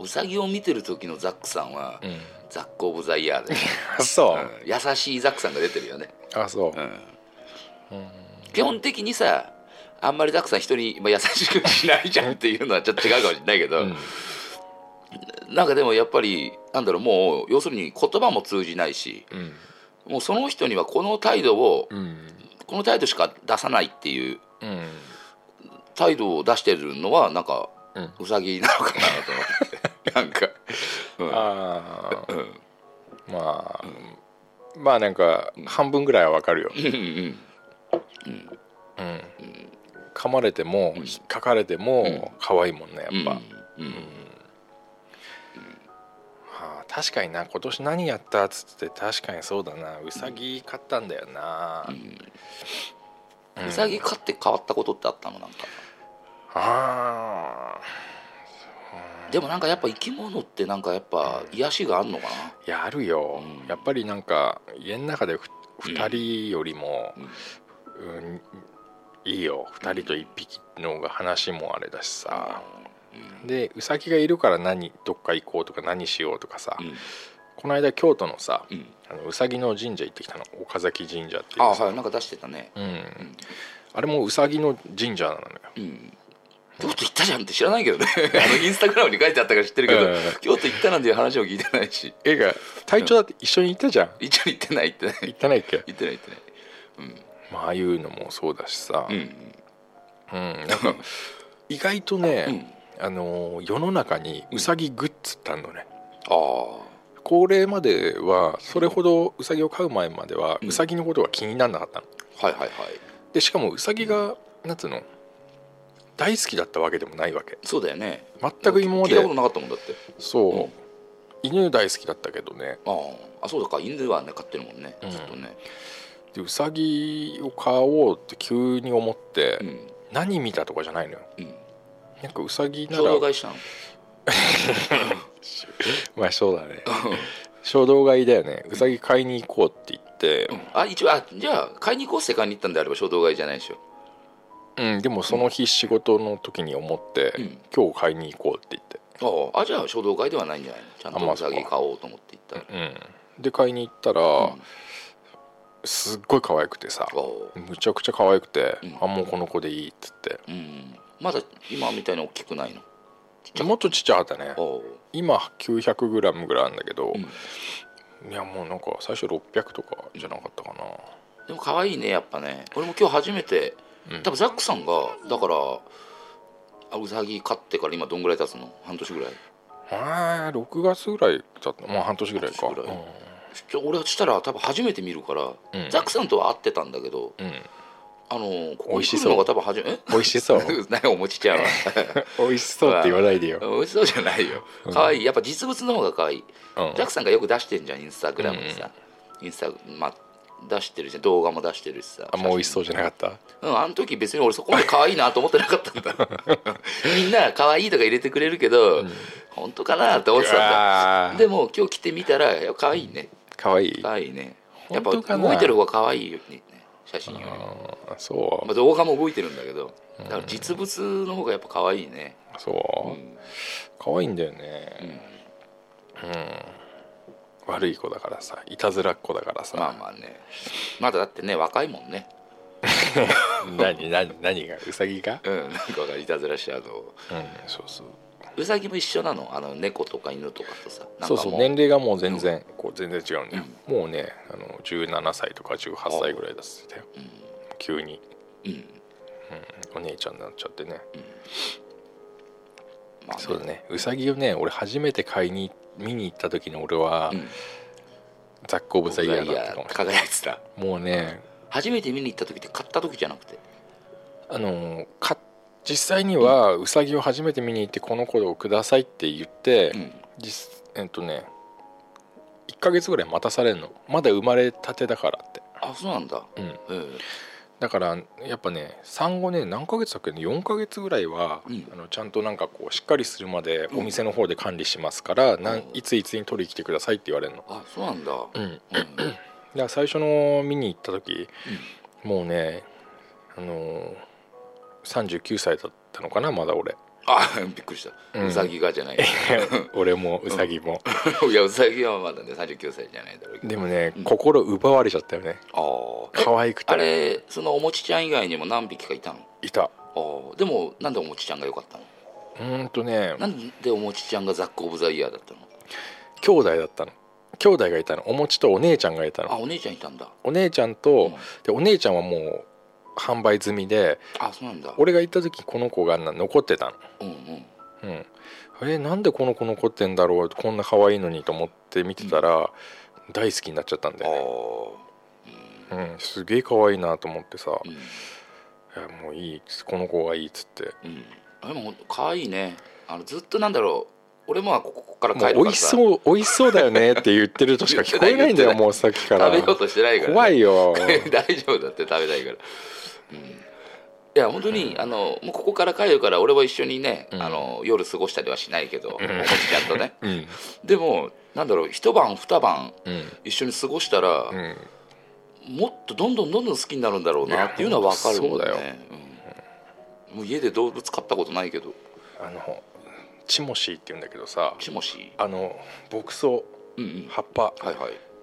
S3: ウサギを見てる時のザックさんは、ザック・オブ・ザ・イヤーで、
S4: *laughs* あそ
S3: う
S4: う、
S3: ん優しいザックさんが出てるよね
S4: あそう、
S3: 基本的にさあんまりザックさん人にまあ優しくしないじゃんっていうのはちょっと違うかもしれないけど、なんかでもやっぱりなんだろうもう要するに言葉も通じないし、
S4: ん
S3: もうその人にはこの態度を、
S4: うん
S3: この態度しか出さないっていう
S4: うん
S3: 態度を出してるのはなんか、
S4: う
S3: うんさぎなのかなと思って *laughs* なんか、うん
S4: ああ、まあ、まあなんか半分ぐらいはわかるよ、
S3: うんうん
S4: 噛まれても引っかかれても可愛いもんねやっ
S3: うん
S4: ぱ、
S3: うん
S4: あー確かにな今年何やったっつって確かにそうだなうさぎ買ったんだよな、
S3: うんうさぎ飼って変わったことってあったのなんか
S4: ああ
S3: でもなんかやっぱ生き物ってなんかやっぱ癒しがあるのかない
S4: やあるよ、
S3: うん
S4: やっぱりなんか家の中でふ2人よりも、うんいいよ2人と1匹の方が話もあれだしさ、でウサギがいるから何どっか行こうとか何しようとかさ、
S3: ん
S4: この間京都のさ、
S3: うん
S4: あのうさぎの神社行ってきたの岡崎神社っていう
S3: あ
S4: さ
S3: はいなんか出してたね
S4: うんあれもうさぎの神社なのよ
S3: うん京都行ったじゃんって知らないけどね *laughs* あのインスタグラムに書いてあったから知ってるけど
S4: うん
S3: 京都行ったなんていう話も聞いてないし
S4: 映画隊長だって一緒に行ったじゃん、
S3: 一応行ってない行ってない
S4: 行ったないっけ、
S3: 行ってない行ってない
S4: まあ、ああいうのもそうだしさ、
S3: うん
S4: うんなんか意外とね、あのー世の中にうさぎグッズってあるのね
S3: ああ
S4: これまではそれほどうさぎを飼う前までは
S3: ん
S4: うさぎのことが気にならなかったの
S3: はいはいはい
S4: でしかもうさぎがなんつうの大好きだったわけでもないわけ
S3: そうだよね
S4: 全く今ま
S3: 聞いたこ
S4: で
S3: となかったもんだって
S4: そう、犬大好きだったけどね
S3: あああそうだか犬はね飼ってるもんね、
S4: うん
S3: ずっとね
S4: でうさぎを飼おうって急に思って、
S3: うん
S4: 何見たとかじゃないのよ
S3: うん
S4: なんかうさぎな
S3: 衝動
S4: ら
S3: 買いしたの
S4: まあそうだね衝動買いだよねうさぎ買いに行こうって言って、
S3: あ一応あじゃあ買いに行こうって買いに行ったんであれば衝動買いじゃないでしょ
S4: うん、でもその日仕事の時に思って、
S3: うん
S4: 今日買いに行こうって
S3: あああじゃあ衝動買いではないんじゃないのちゃん
S4: あま
S3: と
S4: あ
S3: ウサギ買おうと思って行ったら
S4: 言って、うん、で買いに行ったら、
S3: ん
S4: すっごい可愛くてさ
S3: あ
S4: むちゃくちゃ可愛くて、
S3: うん
S4: あもうこの子でいいっつっ
S3: あ
S4: て
S3: うんまだ今みたいに大きくないのちっちゃい
S4: もっとちっちゃかったね
S3: おう
S4: 今 900g ぐらいあるんだけど、
S3: うん
S4: いやもうなんか最初600とかじゃなかったかな
S3: でも可愛いねやっぱね俺も今日初めて
S4: うん
S3: 多分ザックさんがだからあウサギ飼ってから今どんぐらい経つの半年ぐらい
S4: ああ6月ぐらいだったもう半年ぐらいか
S3: 半年ぐらいちょ俺はしたら多分初めて見るから、
S4: うん
S3: ザックさんとは会ってたんだけど
S4: うん、うん
S3: あのこ
S4: 美
S3: こに
S4: 味
S3: 来
S4: しそう
S3: るのが多分初めえ
S4: 美味
S3: *laughs*
S4: しそう
S3: 何お餅
S4: *laughs*
S3: ちゃうわ
S4: 美味しそうって言わないでよ、
S3: 美味しそうじゃないよ
S4: うん
S3: 可愛いやっぱ実物の方が可愛い
S4: うん
S3: ザックさんがよく出してんじゃんインスタグラムにさ、インスタまあ出してるじゃん動画も出してるしさ
S4: あもう美味しそうじゃなかった
S3: うん、あの時別に俺そこまで可愛いなと思ってなかったんだ
S4: *laughs*
S3: みんな可愛いとか入れてくれるけど、本当かなって思ってたん
S4: うわー
S3: だでも今日来てみたらいや可愛いね
S4: かわいい
S3: 可愛いねやっぱ
S4: 本当かな
S3: 動いてる方が可愛いよね写真より、
S4: あそ
S3: まあ、動画も動いてるんだけどだから実物の方がやっぱ可愛いね、
S4: うそう、可愛いんだよねうん、悪い子だからさいたずらっ子だからさ、
S3: まあまあねまだだってね若いもんね
S4: 何何何がウサギが
S3: うん *laughs* なんかいたずらしちゃうと
S4: うんそうそう
S3: うさぎも一緒なのあの猫とか犬とかとさなんか
S4: そうそう
S3: も
S4: 年齢がもう全然、こう全然違うんだよ、もうねあの17歳とか18歳ぐらいだっつってたよ、急に、
S3: うん
S4: うん、お姉ちゃんになっちゃってね、
S3: まあ
S4: そうだねウサギをね俺初めて買いに見に行った時に俺は、
S3: うん
S4: 雑魚ブザイヤーだったかもしれ
S3: 輝いてた
S4: ないもうね
S3: 初めて見に行った時って買った時じゃなくて
S4: あのか実際にはウサギを初めて見に行ってこの子をくださいって言って、
S3: うん
S4: 実えっとね1ヶ月ぐらい待たされるのまだ生まれたてだからって
S3: あそうなんだ
S4: うん
S3: うん
S4: だからやっぱね産後ね何ヶ月だっけね4ヶ月ぐらいは、
S3: うん
S4: あのちゃんとなんかこうしっかりするまでお店の方で管理しますから、なんいついつに取りに来てくださいって言われるの、
S3: あそうなんだ
S4: *laughs* うん、だか
S3: うん
S4: ら最初の見に行った時、もうねあのー39歳だったのかなまだ俺
S3: あびっくりし
S4: う
S3: た
S4: ん
S3: うさぎがじゃ
S4: *laughs*
S3: ない
S4: 俺もウサギも、
S3: いやうさぎはまだね39歳じゃないだろうけど
S4: でもね、心奪われちゃったよね
S3: ああ
S4: 可愛く
S3: あ
S4: て
S3: れそのおもちちゃん以外にも何匹かいたの
S4: いた
S3: ああでもなんでおもちちゃんが良かったの
S4: うーんとね
S3: なんでおもちちゃんがザック・オブ・ザ・イヤーだったの
S4: 兄弟だったの兄弟がいたのおもちとお姉ちゃんがいた
S3: あ
S4: の
S3: お姉ちゃんいたんだ
S4: お姉ちゃんと、でお姉ちゃんはもう販売済みで
S3: あそうなんだ
S4: 俺が行った時この子がな残ってたの
S3: うんうん
S4: うんえなんでこの子残ってんだろうこんな可愛いのにと思って見てたら、大好きになっちゃったんだ
S3: ああ
S4: よねうん、すげえ可愛いなと思ってさ「
S3: うん
S4: いやもういいっつこの子がいい」っつって
S3: うんあでも可愛いねあのずっとなんだろう俺もはここから
S4: 「も
S3: 帰
S4: う
S3: るか
S4: 美
S3: ら
S4: 味し
S3: さ
S4: そう美味しそうだよね」って言ってるとしか聞こえないんだよ
S3: *laughs* 言ってない言ってない
S4: もうさっきから
S3: 食べようとしてないからね、
S4: 怖いよ
S3: *laughs* 大丈夫だって食べたいから、うん、いや本当に、あのもうここから帰るから俺は一緒にね、
S4: うん
S3: あの夜過ごしたりはしないけど、おもちちゃんとね
S4: うん
S3: でもなんだろう一晩二晩
S4: うん
S3: 一緒に過ごしたら、
S4: うん
S3: もっとどんどんどんどん好きになるんだろうなっていうのは分かるもんね
S4: いやそうだ
S3: うんもう家で動物飼ったことないけど
S4: あのチモシーって言うんだけどさ
S3: しもし
S4: あの牧草
S3: うんうん
S4: 葉っぱ
S3: はいはい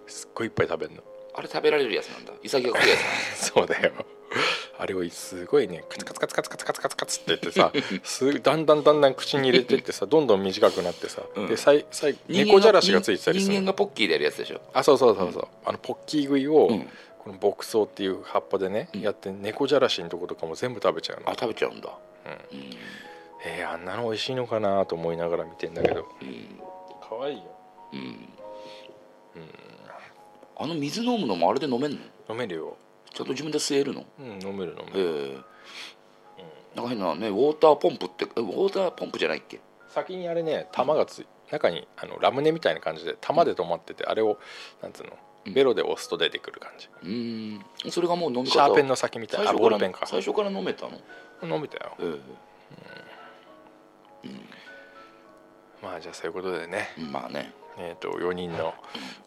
S4: すっごいいっぱい食べるの
S3: あれ食べられるやつなんだイサギが食うやつなんだ
S4: そうだよあれをすごいねカツカツカツカツカツカツカツカツって言ってさすだんだんだんだん口に入れてってさどんどん短くなってさ、
S3: うん
S4: でさいさい
S3: 人間が
S4: *laughs* 猫じゃらしがついてたりす
S3: 人
S4: る
S3: 間
S4: の
S3: がポッキーでやるやつでしょ
S4: あそうそうそうそう、あのポッキー食いを、
S3: うん
S4: この牧草っていう葉っぱでね、
S3: うん
S4: やって猫じゃらしのとことかも全部食べちゃう
S3: あ
S4: の
S3: 食べちゃうんだうん
S4: えー、あんなの美味しいのかなと思いながら見てんだけど可愛いよ
S3: うんうんあの水飲むのもあれで飲めんの
S4: 飲めるよ
S3: ちゃんと自分で吸えるの
S4: うん飲める飲
S3: ええ
S4: める
S3: なんか変なねウォーターポンプってえウォーターポンプじゃないっけ
S4: 先にあれね玉がつい中にあのラムネみたいな感じで玉で止まっててあれをなんつうの
S3: うん
S4: ベロで押すと出てくる感じ
S3: うーんそれがもう飲み方
S4: シャーペンの先みた
S3: 最
S4: いなあ
S3: 初
S4: ボ
S3: か
S4: ール
S3: ら
S4: ペンか
S3: 最初から飲めたの
S4: 飲めたよ
S3: ええ
S4: まあじゃあそういうことでね
S3: まあね *laughs*
S4: えっ、と4人の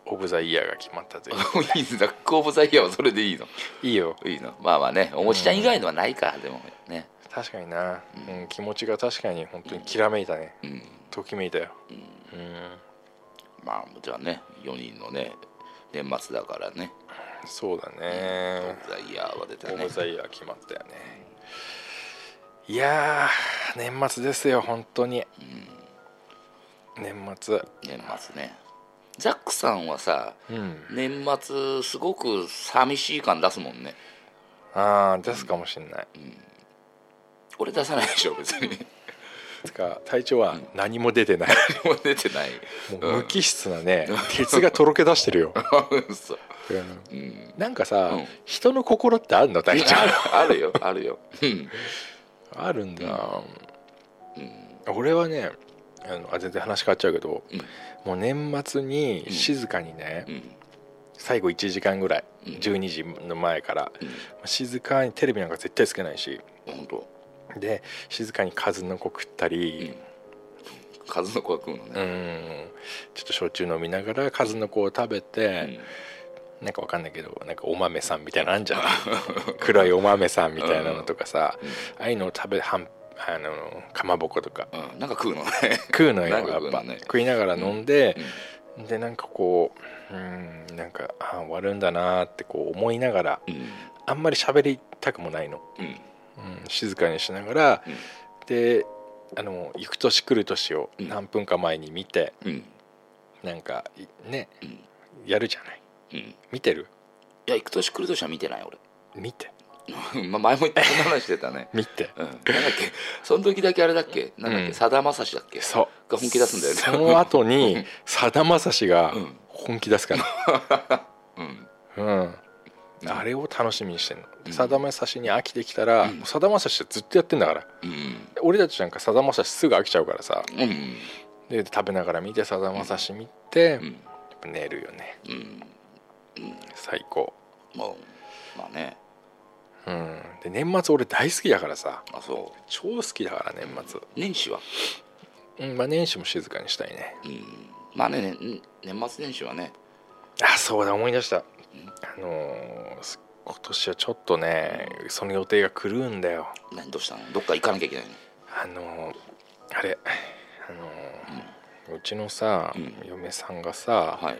S4: オブ・ザ・イヤーが決
S3: *laughs*
S4: まったという
S3: いいザック・オブ・ザ・イヤーはそれでいいの
S4: いいよ
S3: いいのまあまあねおもちちゃん以外のはないかでもね
S4: 確かにな、うん、気持ちが確かに本当にきらめいたね
S3: うん
S4: ときめいたようん、
S3: まあじゃあね4人のね年末だからね
S4: そうだ
S3: オ
S4: ね
S3: ブザイヤーは出た
S4: オ
S3: ね
S4: ブ・ザ・イヤー決まったよねいやー年末ですよ本当に、年末
S3: 年末ねザックさんはさ
S4: うん
S3: 年末すごく寂しい感出すもんね
S4: ああ出すかもしんない、
S3: 俺出さないでしょ別
S4: *laughs*
S3: に
S4: つか体調は何も出てない、
S3: もう出て
S4: *laughs*
S3: ない
S4: もう無機質なね、鉄がとろけ出してるよ、
S3: 嘘
S4: うんなんかさ、
S3: うん
S4: 人の心ってあるの体調
S3: あるあるよあるようん
S4: あるんだ、俺はねあのあ全然話変わっちゃうけど、
S3: うん
S4: もう年末に静かにね、
S3: うん
S4: 最後1時間ぐらい、
S3: うん
S4: 12時の前から、
S3: うん
S4: 静かにテレビなんか絶対つけないし
S3: 本当
S4: で静かに数の子食ったり、
S3: 数の子が食うの
S4: うん
S3: ね、
S4: ちょっと焼酎飲みながら数の子を食べて、なんかわかんないけどなんかお豆さんみたいなのあんじゃない黒いお豆さんみたいなのとかさ、ああいうのを食べはんあのかまぼことか
S3: うんうん、なんか食うのね
S4: 食うのよ
S3: なんか
S4: やっ
S3: 食うの
S4: ぱ、
S3: ね
S4: 食いながら飲んで、でなんかこううんなんかあ終わるんだなーってこう思いながら
S3: うん
S4: あんまり喋りたくもないの、
S3: うん
S4: うん、静かにしながら、
S3: うん
S4: であの行く年来る年を
S3: うん
S4: 何分か前に見て、
S3: うん
S4: なんかいね、
S3: うん
S4: やるじゃない
S3: うんい
S4: 見てる
S3: や行く年来る年は見てない俺 *laughs*
S4: 見て
S3: ま前も言ったそんな話してたね
S4: 見て
S3: うん、なんだっけその時だけあれだっけなんだっ
S4: う
S3: け
S4: ん
S3: さだまさしだっけ
S4: そう
S3: が本気出すんだよね
S4: その後にさだまさしが
S3: うん
S4: 本気出すから
S3: *laughs* うん
S4: うんあれを楽しみにしてんのでさだまさしに飽きてきたら
S3: ん
S4: もうさだまさしはずっとやってんだから
S3: うん
S4: で俺たちなんかさだまさしすぐ飽きちゃうからさ
S3: うん
S4: で食べながら見てさだまさし見て、
S3: うん
S4: やっぱ寝るよね
S3: うん
S4: 最高
S3: まあまあね
S4: うんで年末俺大好きだからさ
S3: あそ
S4: 超好きだから年末
S3: う年始は
S4: うんまあ年始も静かにしたいね
S3: うんまあねねん年末年始はね
S4: あそうだ思い出したあのーす今年はちょっとねその予定が狂うんだよ
S3: 何どうしたのどっか行かなきゃいけないの
S4: あのーあれあのーうちのさ、
S3: うん
S4: 嫁さんがさ、
S3: はい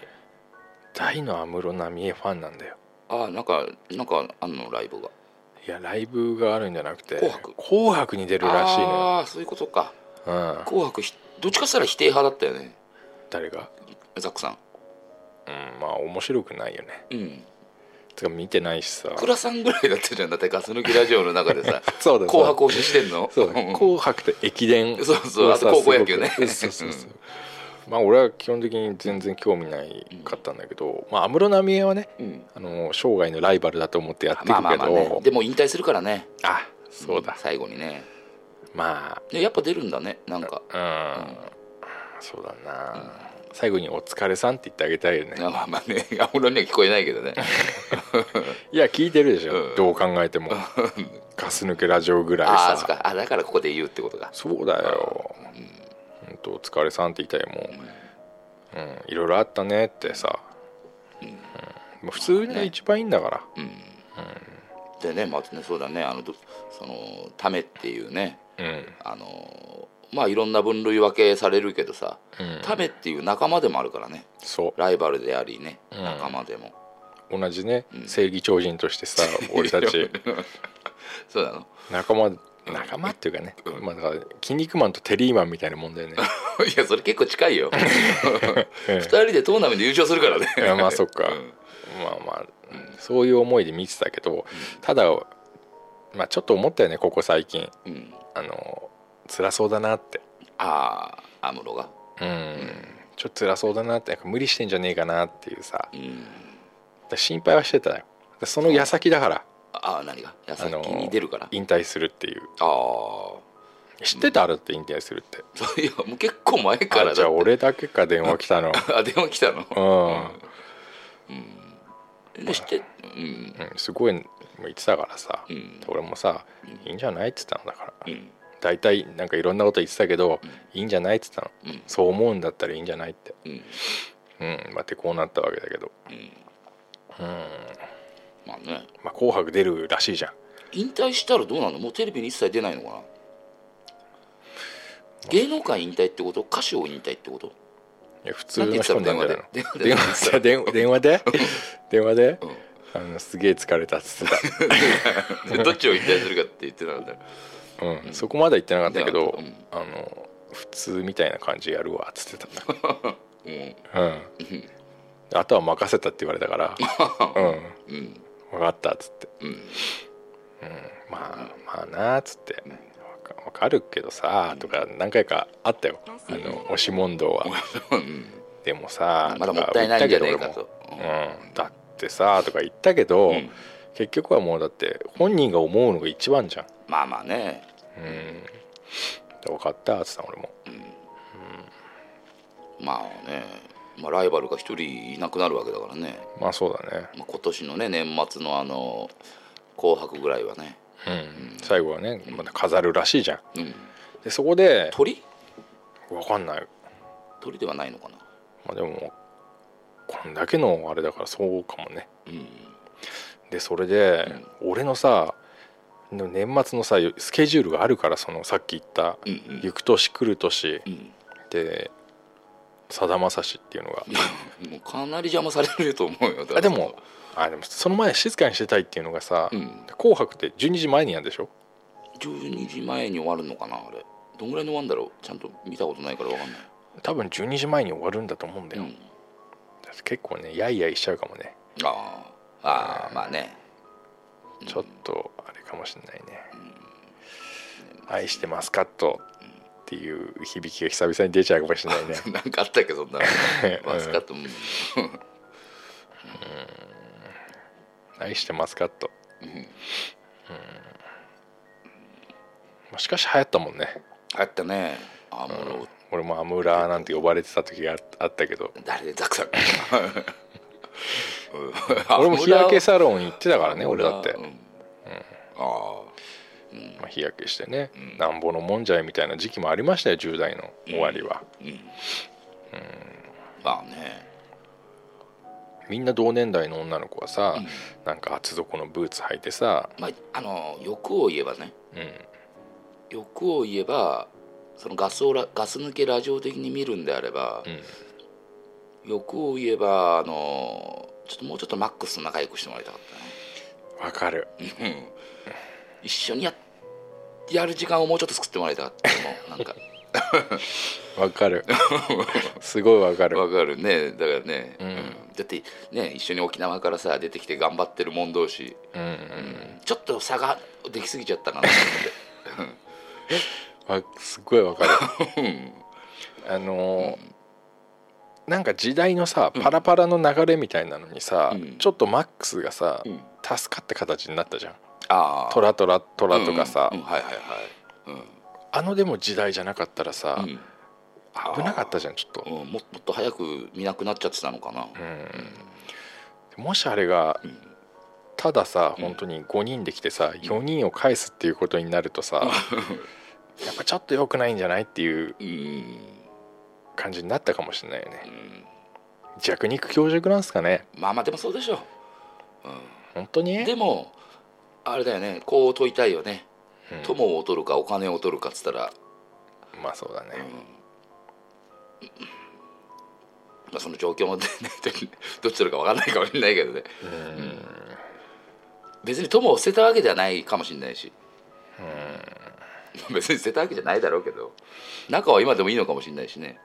S4: 大の安室奈美恵ファンなんだよ
S3: ああなんかなんかあんのライブが
S4: いやライブがあるんじゃなくて
S3: 紅白
S4: 紅白に出るらしいのよ、
S3: ああそういうことか
S4: うん、
S3: 紅白ひどっちかしたら否定派だったよね
S4: 誰が
S3: ザックさ
S4: うんまあ面白くないよね
S3: んうん
S4: つか見てないしさ
S3: 倉さんぐらいだったじゃんだってガス抜きラジオの中でさ
S4: *laughs* そうだ
S3: 紅白推ししてんの
S4: そうだ
S3: ん
S4: 紅白と駅伝
S3: *laughs* そうそう
S4: をさ
S3: あと高校野球ね
S4: すごくそうそうそう *laughs* まあ俺は基本的に全然興味ないかったんだけど、まあ安室奈美恵はね
S3: うん
S4: あの生涯のライバルだと思ってやってるけ
S3: まあ
S4: ど、
S3: まあまあねでも引退するからね
S4: あそうだ
S3: 最後にね
S4: まあ
S3: でやっぱ出るんだねなんか
S4: うん、そうだな、最後に「お疲れさん」って言ってあげたいよね
S3: あまあまあね *laughs* 安室には聞こえないけ
S4: *laughs*
S3: どね
S4: いや聞いてるでしょ、
S3: うん
S4: どう考えてもガス抜けラジオぐらい
S3: ああそ
S4: さ
S3: っかあだからここで言うってことか
S4: そうだよ、ほんとお疲れさんって言いたいよもう、うん、いろいろあったねってさ、うん、もう普通が一番いいんだから、
S3: でねまあねそうだねあのどそのためっていうね
S4: うん
S3: あのまあいろんな分類分けされるけどさ
S4: うん
S3: ためっていう仲間でもあるからね
S4: そ
S3: ライバルでありね
S4: うん
S3: 仲間でも
S4: う同じね、
S3: ん
S4: 正義超人としてさ *laughs* 俺たち
S3: *laughs* そうなの *laughs*
S4: 仲間仲間っていうかね、
S3: うん
S4: まあ、だから筋肉マンとテリーマンみたいなもん *laughs* だよね
S3: いやそれ結構近い
S4: *laughs*
S3: よ
S4: うん
S3: 二人でトーナメント優勝するからね
S4: いやまあそっか、まあまあそういう思いで見てたけど、ただ、まあ、ちょっと思ったよねここ最近
S3: うん
S4: あの辛そうだなって
S3: ああ安室が
S4: うんちょっと辛そうだなってなんか無理してんじゃねえかなっていうさ
S3: うん
S4: 心配はしてたよその矢先だから
S3: ああ何が矢
S4: あ
S3: 先
S4: の
S3: に出るから
S4: 引退するっていう
S3: ああ
S4: 知ってたあれって引退するって
S3: そういやもう結構前からだ
S4: あじゃあ俺だけか電話来たの
S3: あ電話来たの
S4: うん、
S3: で知ってうん
S4: うんすごいもう言ってたからさ、
S3: うん
S4: 俺もさ「いいんじゃない?」って言ったのだから、
S3: うん
S4: 大体なんかいろんなこと言ってたけど、いいんじゃないって言ったの、
S3: うん
S4: そう思うんだったらいいんじゃないって
S3: うん
S4: うんまあでこうなったわけだけど
S3: まあね
S4: 「まあ、紅白」出るらしいじゃん
S3: 引退したらどうなのもうテレビに一切出ないのかな芸能界引退ってこと歌手を引退ってこと
S4: いや普通の人なんじゃないの
S3: なんて言ってたの
S4: 電
S3: 電
S4: 話
S3: 話
S4: で電話電話
S3: *laughs*
S4: で電話で、
S3: ん
S4: あのすげえ疲れたっつってた
S3: でどっちを引退するかって言ってたんだ *laughs*
S4: うんそこまでは言ってなかったけど、
S3: うん
S4: あの普通みたいな感じやるわっつって
S3: うん
S4: た、うん、あとは任せたって言われた
S3: *laughs*
S4: から「うん
S3: うん
S4: 分かった」っつって
S3: うん
S4: 「まあまあな」っつって「分かわかるけどさ」とか何回かあったよあの押し問答は
S3: うん
S4: でもさ
S3: まだ
S4: と
S3: も
S4: か
S3: ったいないんじゃねえか
S4: 言っ
S3: と
S4: たけど俺もうん、だってさとか言ったけど、
S3: うん
S4: 結局はもうだって本人が思うのが一番じゃん、
S3: まあまあね
S4: うん、分かったっつった俺も
S3: まあね、まあ、ライバルが一人いなくなるわけだからね、
S4: まあそうだね
S3: まあ、今年のね年末のあの「紅白」ぐらいはね、
S4: うん、最後はねまた飾るらしいじゃん
S3: うん、
S4: でそこで
S3: 鳥
S4: 分かんない、
S3: 鳥ではないのかな
S4: まあ、でもこんだけのあれだからそうかもね
S3: うん
S4: でそれで俺のさの年末のさスケジュールがあるからそのさっき言った
S3: うんう
S4: 「
S3: ん
S4: 行く年来る年
S3: う」ん
S4: でさだまさしっていうのが
S3: もうかなり邪魔されると思うよだから
S4: あでもあでもその前静かにしてたいっていうのがさ「
S3: うん
S4: 紅白」って12時前にやるでしょ
S3: 12時前に終わるのかなあれどんぐらいに終わるんだろうちゃんと見たことないからわかんない
S4: 多分12時前に終わるんだと思うんだよ、
S3: うん
S4: 結構ねやいやいしちゃうかもね
S3: ああああまあね *laughs*
S4: ちょっとあれかもしれないね「愛してますカット」っていう響きが久々に出ちゃうかもしれないね
S3: なんかあったっけ
S4: *laughs*
S3: どそんなマスカットうん
S4: 「愛してますカット」うんまあしかし流行ったもんね
S3: *laughs* あったねあもう
S4: 俺も「アムラー」なんて呼ばれてた時がああったけど
S3: 誰でザクザクうん
S4: *laughs* 俺も日焼け
S3: あ
S4: サロン行ってたからね
S3: 村
S4: 俺
S3: は
S4: だって
S3: う、んあ
S4: まあ、日焼けしてね、なんぼのもんじゃいみたいな時期もありましたよ10代の終わりは、
S3: あまあね
S4: みんな同年代の女の子はさ、なんか厚底のブーツ履いてさ、
S3: まああの欲を言えばね
S4: うん、
S3: 欲を言えばそのガスをラガス抜けラジオ的に見るんであれば、欲を言えばあのちょっともうちょっとマックスと仲良くしてもらいたかっ
S4: わかる
S3: たね、うん、一緒にややる時間をもうちょっと作ってもらいたかったもう
S4: *laughs*
S3: なんか
S4: わか
S3: *laughs*
S4: るすごいわかる
S3: わかるねだからね、
S4: ん
S3: だってね一緒に沖縄からさ出てきて頑張ってるもん同士、
S4: うんうん
S3: ちょっと差ができすぎちゃ
S4: *laughs*
S3: ったかなと思って。
S4: わすごいわかるあのーなんか時代のさパラパラの流れみたいなのにさ、
S3: うん
S4: ちょっとマックスがさ、
S3: ん
S4: 助かった形になったじゃん
S3: あ
S4: 「
S3: あ
S4: トラトラトラ」とかさ、
S3: うんうんはいはいはい
S4: あのでも時代じゃなかったらさ、
S3: うん
S4: 危なかったじゃんちょっと
S3: うん、ももっと早く見なくなっちゃってたのかな、
S4: もしあれがたださ本当に5人で来てさ4人を返すっていうことになるとさやっぱちょっと良くないんじゃないっていう
S3: うん
S4: 感じになったかもしれないよね弱肉強食なんすかね
S3: まあまあでもそうでしょ
S4: 本当に
S3: でもあれだよねこう問いたいよね、友を劣るかお金を劣るかっつったら、
S4: まあそうだね
S3: まあ、その状況もね *laughs* どっちなのか分かんないかもしれないけどね、うん別に友を捨てたわけではないかもしれないし、別に捨てたわけじゃないだろうけど仲は今でもいいのかもしれないしね、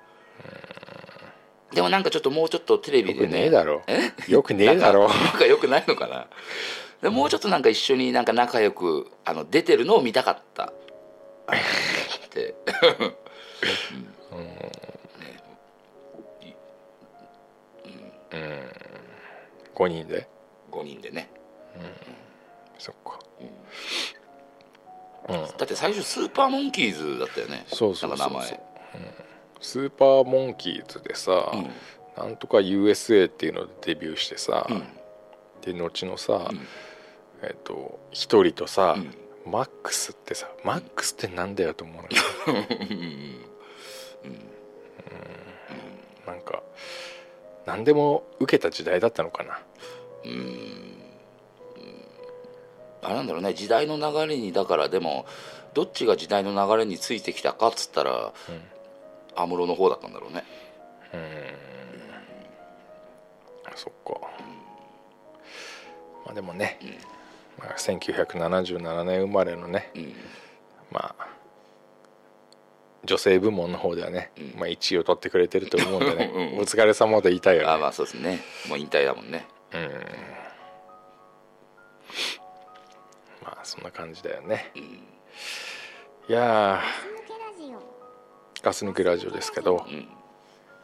S3: でもなんかちょっともうちょっとテレビ
S4: よく
S3: でね
S4: ねえだろ
S3: え
S4: よくねえだろ
S3: なんか良くないのかなでもうちょっとなんか一緒になんか仲良くあの出てるのを見たかったって、
S4: 5人で
S3: 5人でね
S4: そっか
S3: だって最初スーパーモンキーズだったよね
S4: そうそうそうそう
S3: なんか
S4: スーパーモンキーズでさ、
S3: うん
S4: なんとか USA っていうのでデビューしてさ、で後のさ、えっ、と一人とさ、マックスってさマックスってなんだよと思うのうんなんか何でも受けた時代だったのかな
S3: 名前あれなんだろうね時代の流れにだからでもどっちが時代の流れについてきたかっつったら安室、の方だったんだろうね
S4: そっかまあでもね、まあ、1977年生まれのね、まあ女性部門の方ではね、
S3: うん
S4: まあ、1位を取ってくれてると思うんでね
S3: うんうん
S4: お疲れ様で言いたい
S3: あ
S4: よ
S3: あ
S4: ね
S3: まあそうですねもう引退だもんね
S4: まあそんな感じだよね、いやーガス抜けラジオですけど、
S3: ん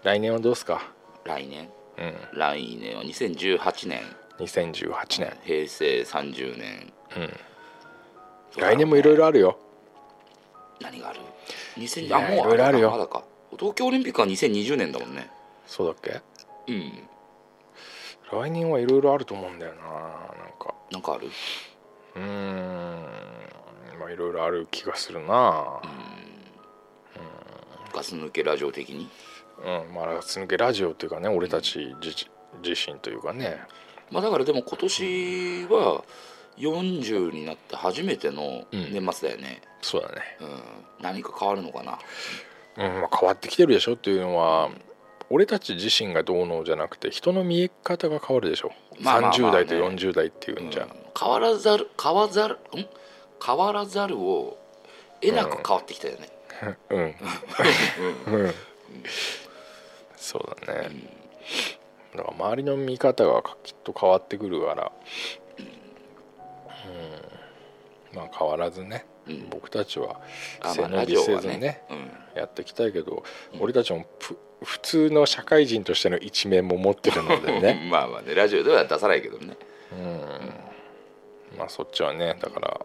S4: 来年はどうすか
S3: 来年
S4: うん
S3: 来年は2018年
S4: 2018年
S3: 平成30年
S4: 来年もいろいろあるよ
S3: 何がある
S4: い
S3: 2000
S4: や
S3: あもう
S4: いろいろあるよ
S3: まだか東京オリンピックは2020年だもんね
S4: そうだっけ
S3: うん
S4: 来年はいろいろあると思うんだよななんか
S3: なんかある
S4: うーんまあいろいろある気がするな
S3: ガス抜けラジオ的に
S4: うんまあガス抜けラジオっていうかね俺たち自自身というかね
S3: まあだからでも今年は40になって初めての年末だよね、
S4: そうだね
S3: うん何か変わるのかな
S4: うんまあ、変わってきてるでしょっていうのは俺たち自身がどうのじゃなくて人の見え方が変わるでしょ、
S3: まあまあまあ
S4: 30
S3: ね
S4: 代と40代っていうんじゃ、
S3: 変わらざる変わざるん変わらざるを得なく変わってきたよね、
S4: うんうんそうだね、だから周りの見方がきっと変わってくるから、うん、まあ変わらずね、
S3: うん
S4: 僕たちは
S3: あ
S4: 背
S3: まあ
S4: 伸
S3: ラ
S4: び
S3: ジオ
S4: せ
S3: は
S4: ず
S3: ね
S4: にね
S3: うん
S4: やっていきたいけど、俺たちもぷ普通の社会人としての一面も持ってるので
S3: *laughs*
S4: ね
S3: まあまあねラジオでは出さないけどね
S4: まあそっちはねだから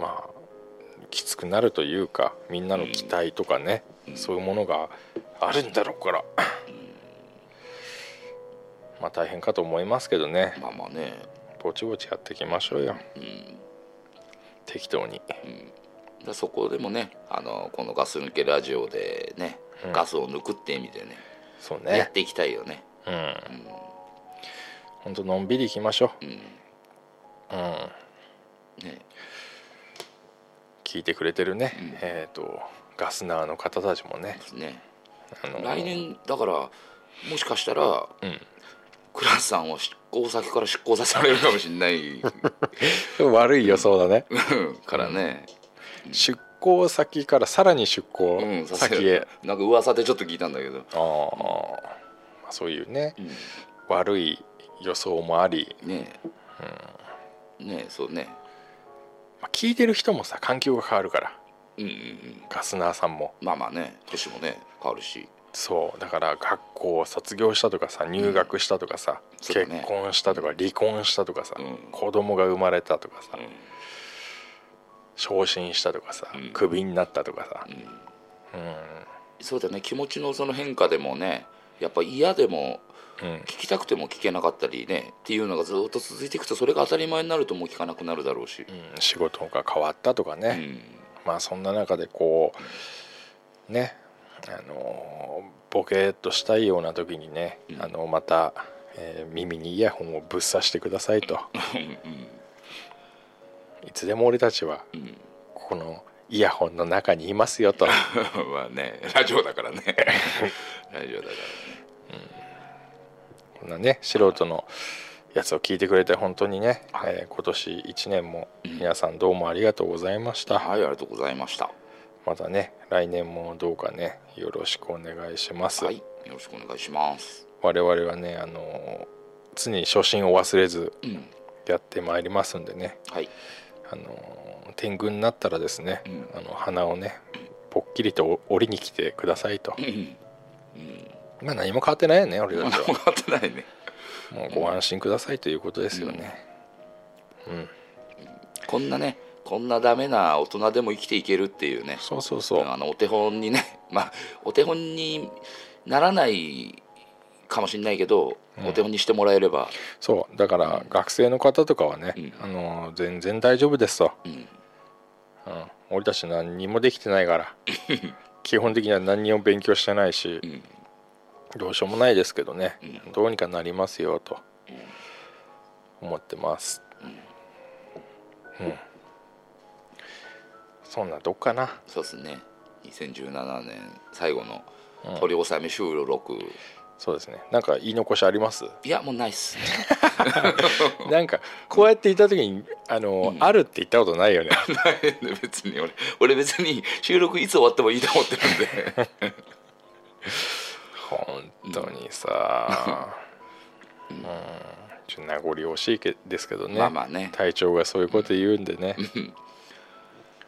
S4: まあきつくなるというかみんなの期待とかね、そういうものがあるんだろうから、まあ大変かと思いますけどね
S3: まあまあね
S4: ぼちぼちやっていきましょうよ、適当に
S3: だそこでもねあのこのガス抜けラジオでね、ガスを抜くって意味でね
S4: そう
S3: やっ
S4: ね
S3: ていきたいよね
S4: うんほんとのんびりいきましょう、うん
S3: ね
S4: 聞いてくれてるね、えっ、とガスナーの方たちもね
S3: ね
S4: あの
S3: 来年だからもしかしたら、
S4: ん
S3: クラスさんを執行先から執行させられるかもしれない
S4: *laughs* 悪い予想だね、
S3: からね、
S4: 出向先からさらに出
S3: う
S4: 向
S3: ん、させ
S4: 先
S3: る
S4: へ、
S3: なんか噂でちょっと聞いたんだけど、
S4: あーまあそういうね、悪い予想もあり、
S3: ねえ、ねえそうね
S4: まあ、聞いてる人もさ環境が変わるから
S3: うんうんうん
S4: ガスナーさんも
S3: まあまあね年もね変わるし
S4: そうだから学校を卒業したとかさ入学したとかさ、
S3: そうだ
S4: 結
S3: ね
S4: 婚したとか離婚したとかさ、
S3: うん
S4: 子供が生まれたとかさ、
S3: ん
S4: 昇進したとかさ、
S3: ん
S4: クビになったとかさ、
S3: そうだね気持ちのその変化でもねやっぱ嫌でも
S4: うん
S3: 聞きたくても聞けなかったりねっていうのがずっと続いていくとそれが当たり前になるともう聞かなくなるだろうし、
S4: うん仕事が変わったとかね、
S3: うん
S4: まあそんな中でこうねあのーボケーっとしたいような時にね、あのまた、えー耳にイヤホンをぶっ刺してくださいといつでも俺たちはこのイヤホンの中にいますよ
S3: *laughs*
S4: と
S3: まあねラジオだからね *laughs* ラジオだか
S4: こんなね素人のやつを聞いてくれて本当にね、えー今年1年も皆さんどうもありがとうございました、
S3: らねはいありがとうございました
S4: またね来年もどうかねよろしくお願いします、
S3: はいよろしくお願いします
S4: 我々はねあの常に初心を忘れず
S3: うん
S4: やってまいりますんでね
S3: はい
S4: あの天狗になったらですね、
S3: ん
S4: あの鼻をねぽっきりと折りに来てくださいと、
S3: ん
S4: まあ何も変わってないよね俺た
S3: *laughs* 何
S4: ち
S3: も変
S4: は
S3: わってないね
S4: もうご安心くださいということですよね、
S3: こんなねこんなダメな大人でも生きていけるっていうね
S4: そうそうそう
S3: あのお手本にね *laughs* まあお手本にならないかもしれないけど、お手本にしてもらえれば
S4: そうだから学生の方とかはね、
S3: うん
S4: あの全然大丈夫ですと、
S3: ん
S4: うん俺たち何にもできてないから *laughs* 基本的には何にも勉強してないし、
S3: ん
S4: どうしようもないですけどね、どうにかなりますよと思ってますうん、そんなどっかな
S3: そうですね2017年最後の取り納め収録、
S4: そうですねなんか *laughs* 言い残しあります
S3: いやもうないっす
S4: なんかこうやっていた時にあの、あるって言ったことないよね
S3: *laughs* 別に俺俺別に収録いつ終わってもいいと思ってるんで
S4: 本当にさうんちょっと名残惜しいけですけど *laughs* ね,、
S3: まあまあね
S4: 隊長がそういうこと言うんでね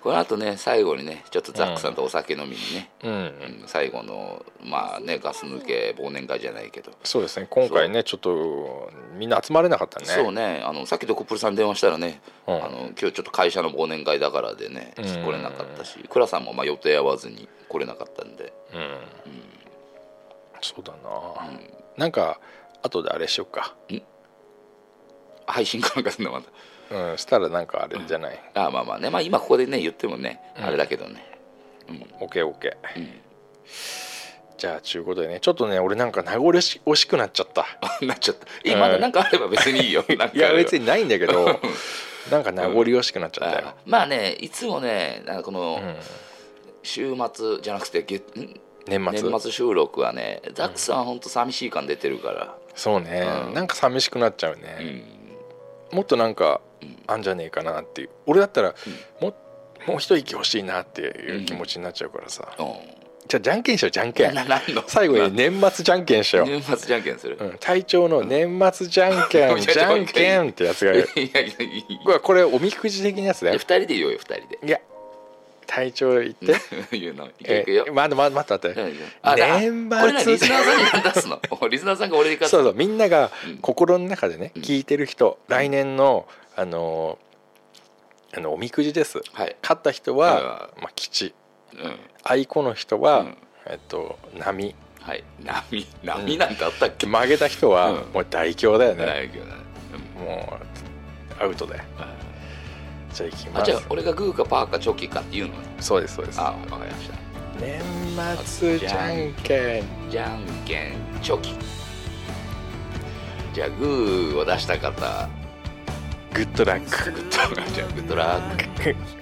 S3: この後ね最後にねちょっとザックさんとお酒飲みにね、
S4: うん
S3: うん最後のまあねガス抜け忘年会じゃないけど、
S4: そうですね今回ねちょっとみんな集まれなかったね
S3: そうねあのさっきドコプルさんに電話したらね、
S4: うん
S3: あの今日ちょっと会社の忘年会だからでね
S4: うん
S3: 来れなかったし倉さんもまあ予定合わずに *laughs* 来れなかったんで
S4: うん、そうだな、なんか後であれしようか
S3: 配信かなんかすんのま
S4: うんしたらなんかあれじゃない
S3: たあまあまあねまあ今ここでね言ってもね、あれだけどね *laughs*
S4: OKOK、オッケーじゃあちゅうことでねちょっとね俺なんか名残惜し惜しくなっちゃった
S3: なっちゃったえまだなんかあれば別にいい
S4: *laughs*
S3: よなんかあ
S4: い
S3: れば
S4: や別にないんだけど *laughs* なんか名残惜しくなっちゃった
S3: あ
S4: よ、
S3: まあねいつもねなんかこの
S4: うん
S3: 週末じゃなくて月ん
S4: 年末
S3: 年末収録はねザックさんはほんと寂しい感出てるから、
S4: そうね、
S3: うん
S4: なんか寂しくなっちゃう
S3: うん
S4: ね、もっとなんかあんじゃねえかなっていう俺だったらも,、もう一息欲しいなっていう気持ちになっちゃうからさ、
S3: う
S4: じゃあじゃんけんしようじゃんけ
S3: ん、
S4: ん
S3: ななんの
S4: 最後に年末じゃんけんしよう
S3: *laughs* 年末じゃんけんする、
S4: うん、隊長の年末じゃん
S3: *laughs*
S4: け
S3: うんん
S4: じゃんけんってやつがい
S3: いや *laughs*
S4: る
S3: いやいやいい
S4: これこれおみくじ的なやつだ
S3: 2
S4: よ
S3: 人で言おうよ2人で
S4: いや隊長言って
S3: *laughs* 言うのいくよ
S4: え
S3: いくよ
S4: まだまだ待って待って
S3: あだ
S4: 年末
S3: これなリスナーさんに出すのリスナーさんが俺に勝つ
S4: そうそうみんなが
S3: うん
S4: 心の中でね聞いてる人来年のあのーあのおみくじです
S3: はい、
S4: 勝った人はまあ吉
S3: うん、
S4: 愛子の人
S3: う
S4: は
S3: ん
S4: えっと波
S3: はい波波なんてあったっけ、
S4: 負けた人は
S3: うん
S4: もう大凶だよ
S3: な
S4: ね
S3: いけどねうん
S4: もうアウトで
S3: あ
S4: じゃあ行き
S3: あ
S4: ま
S3: じ
S4: す
S3: ゃあ俺がグーかパーかチョキかっていうのね
S4: そうですそうです
S3: あわかりました
S4: 年末じゃんけん
S3: じゃんけんチョキじゃあグーを出した方
S4: グッドラック
S3: グッドラックじゃあグッドラック
S4: Good.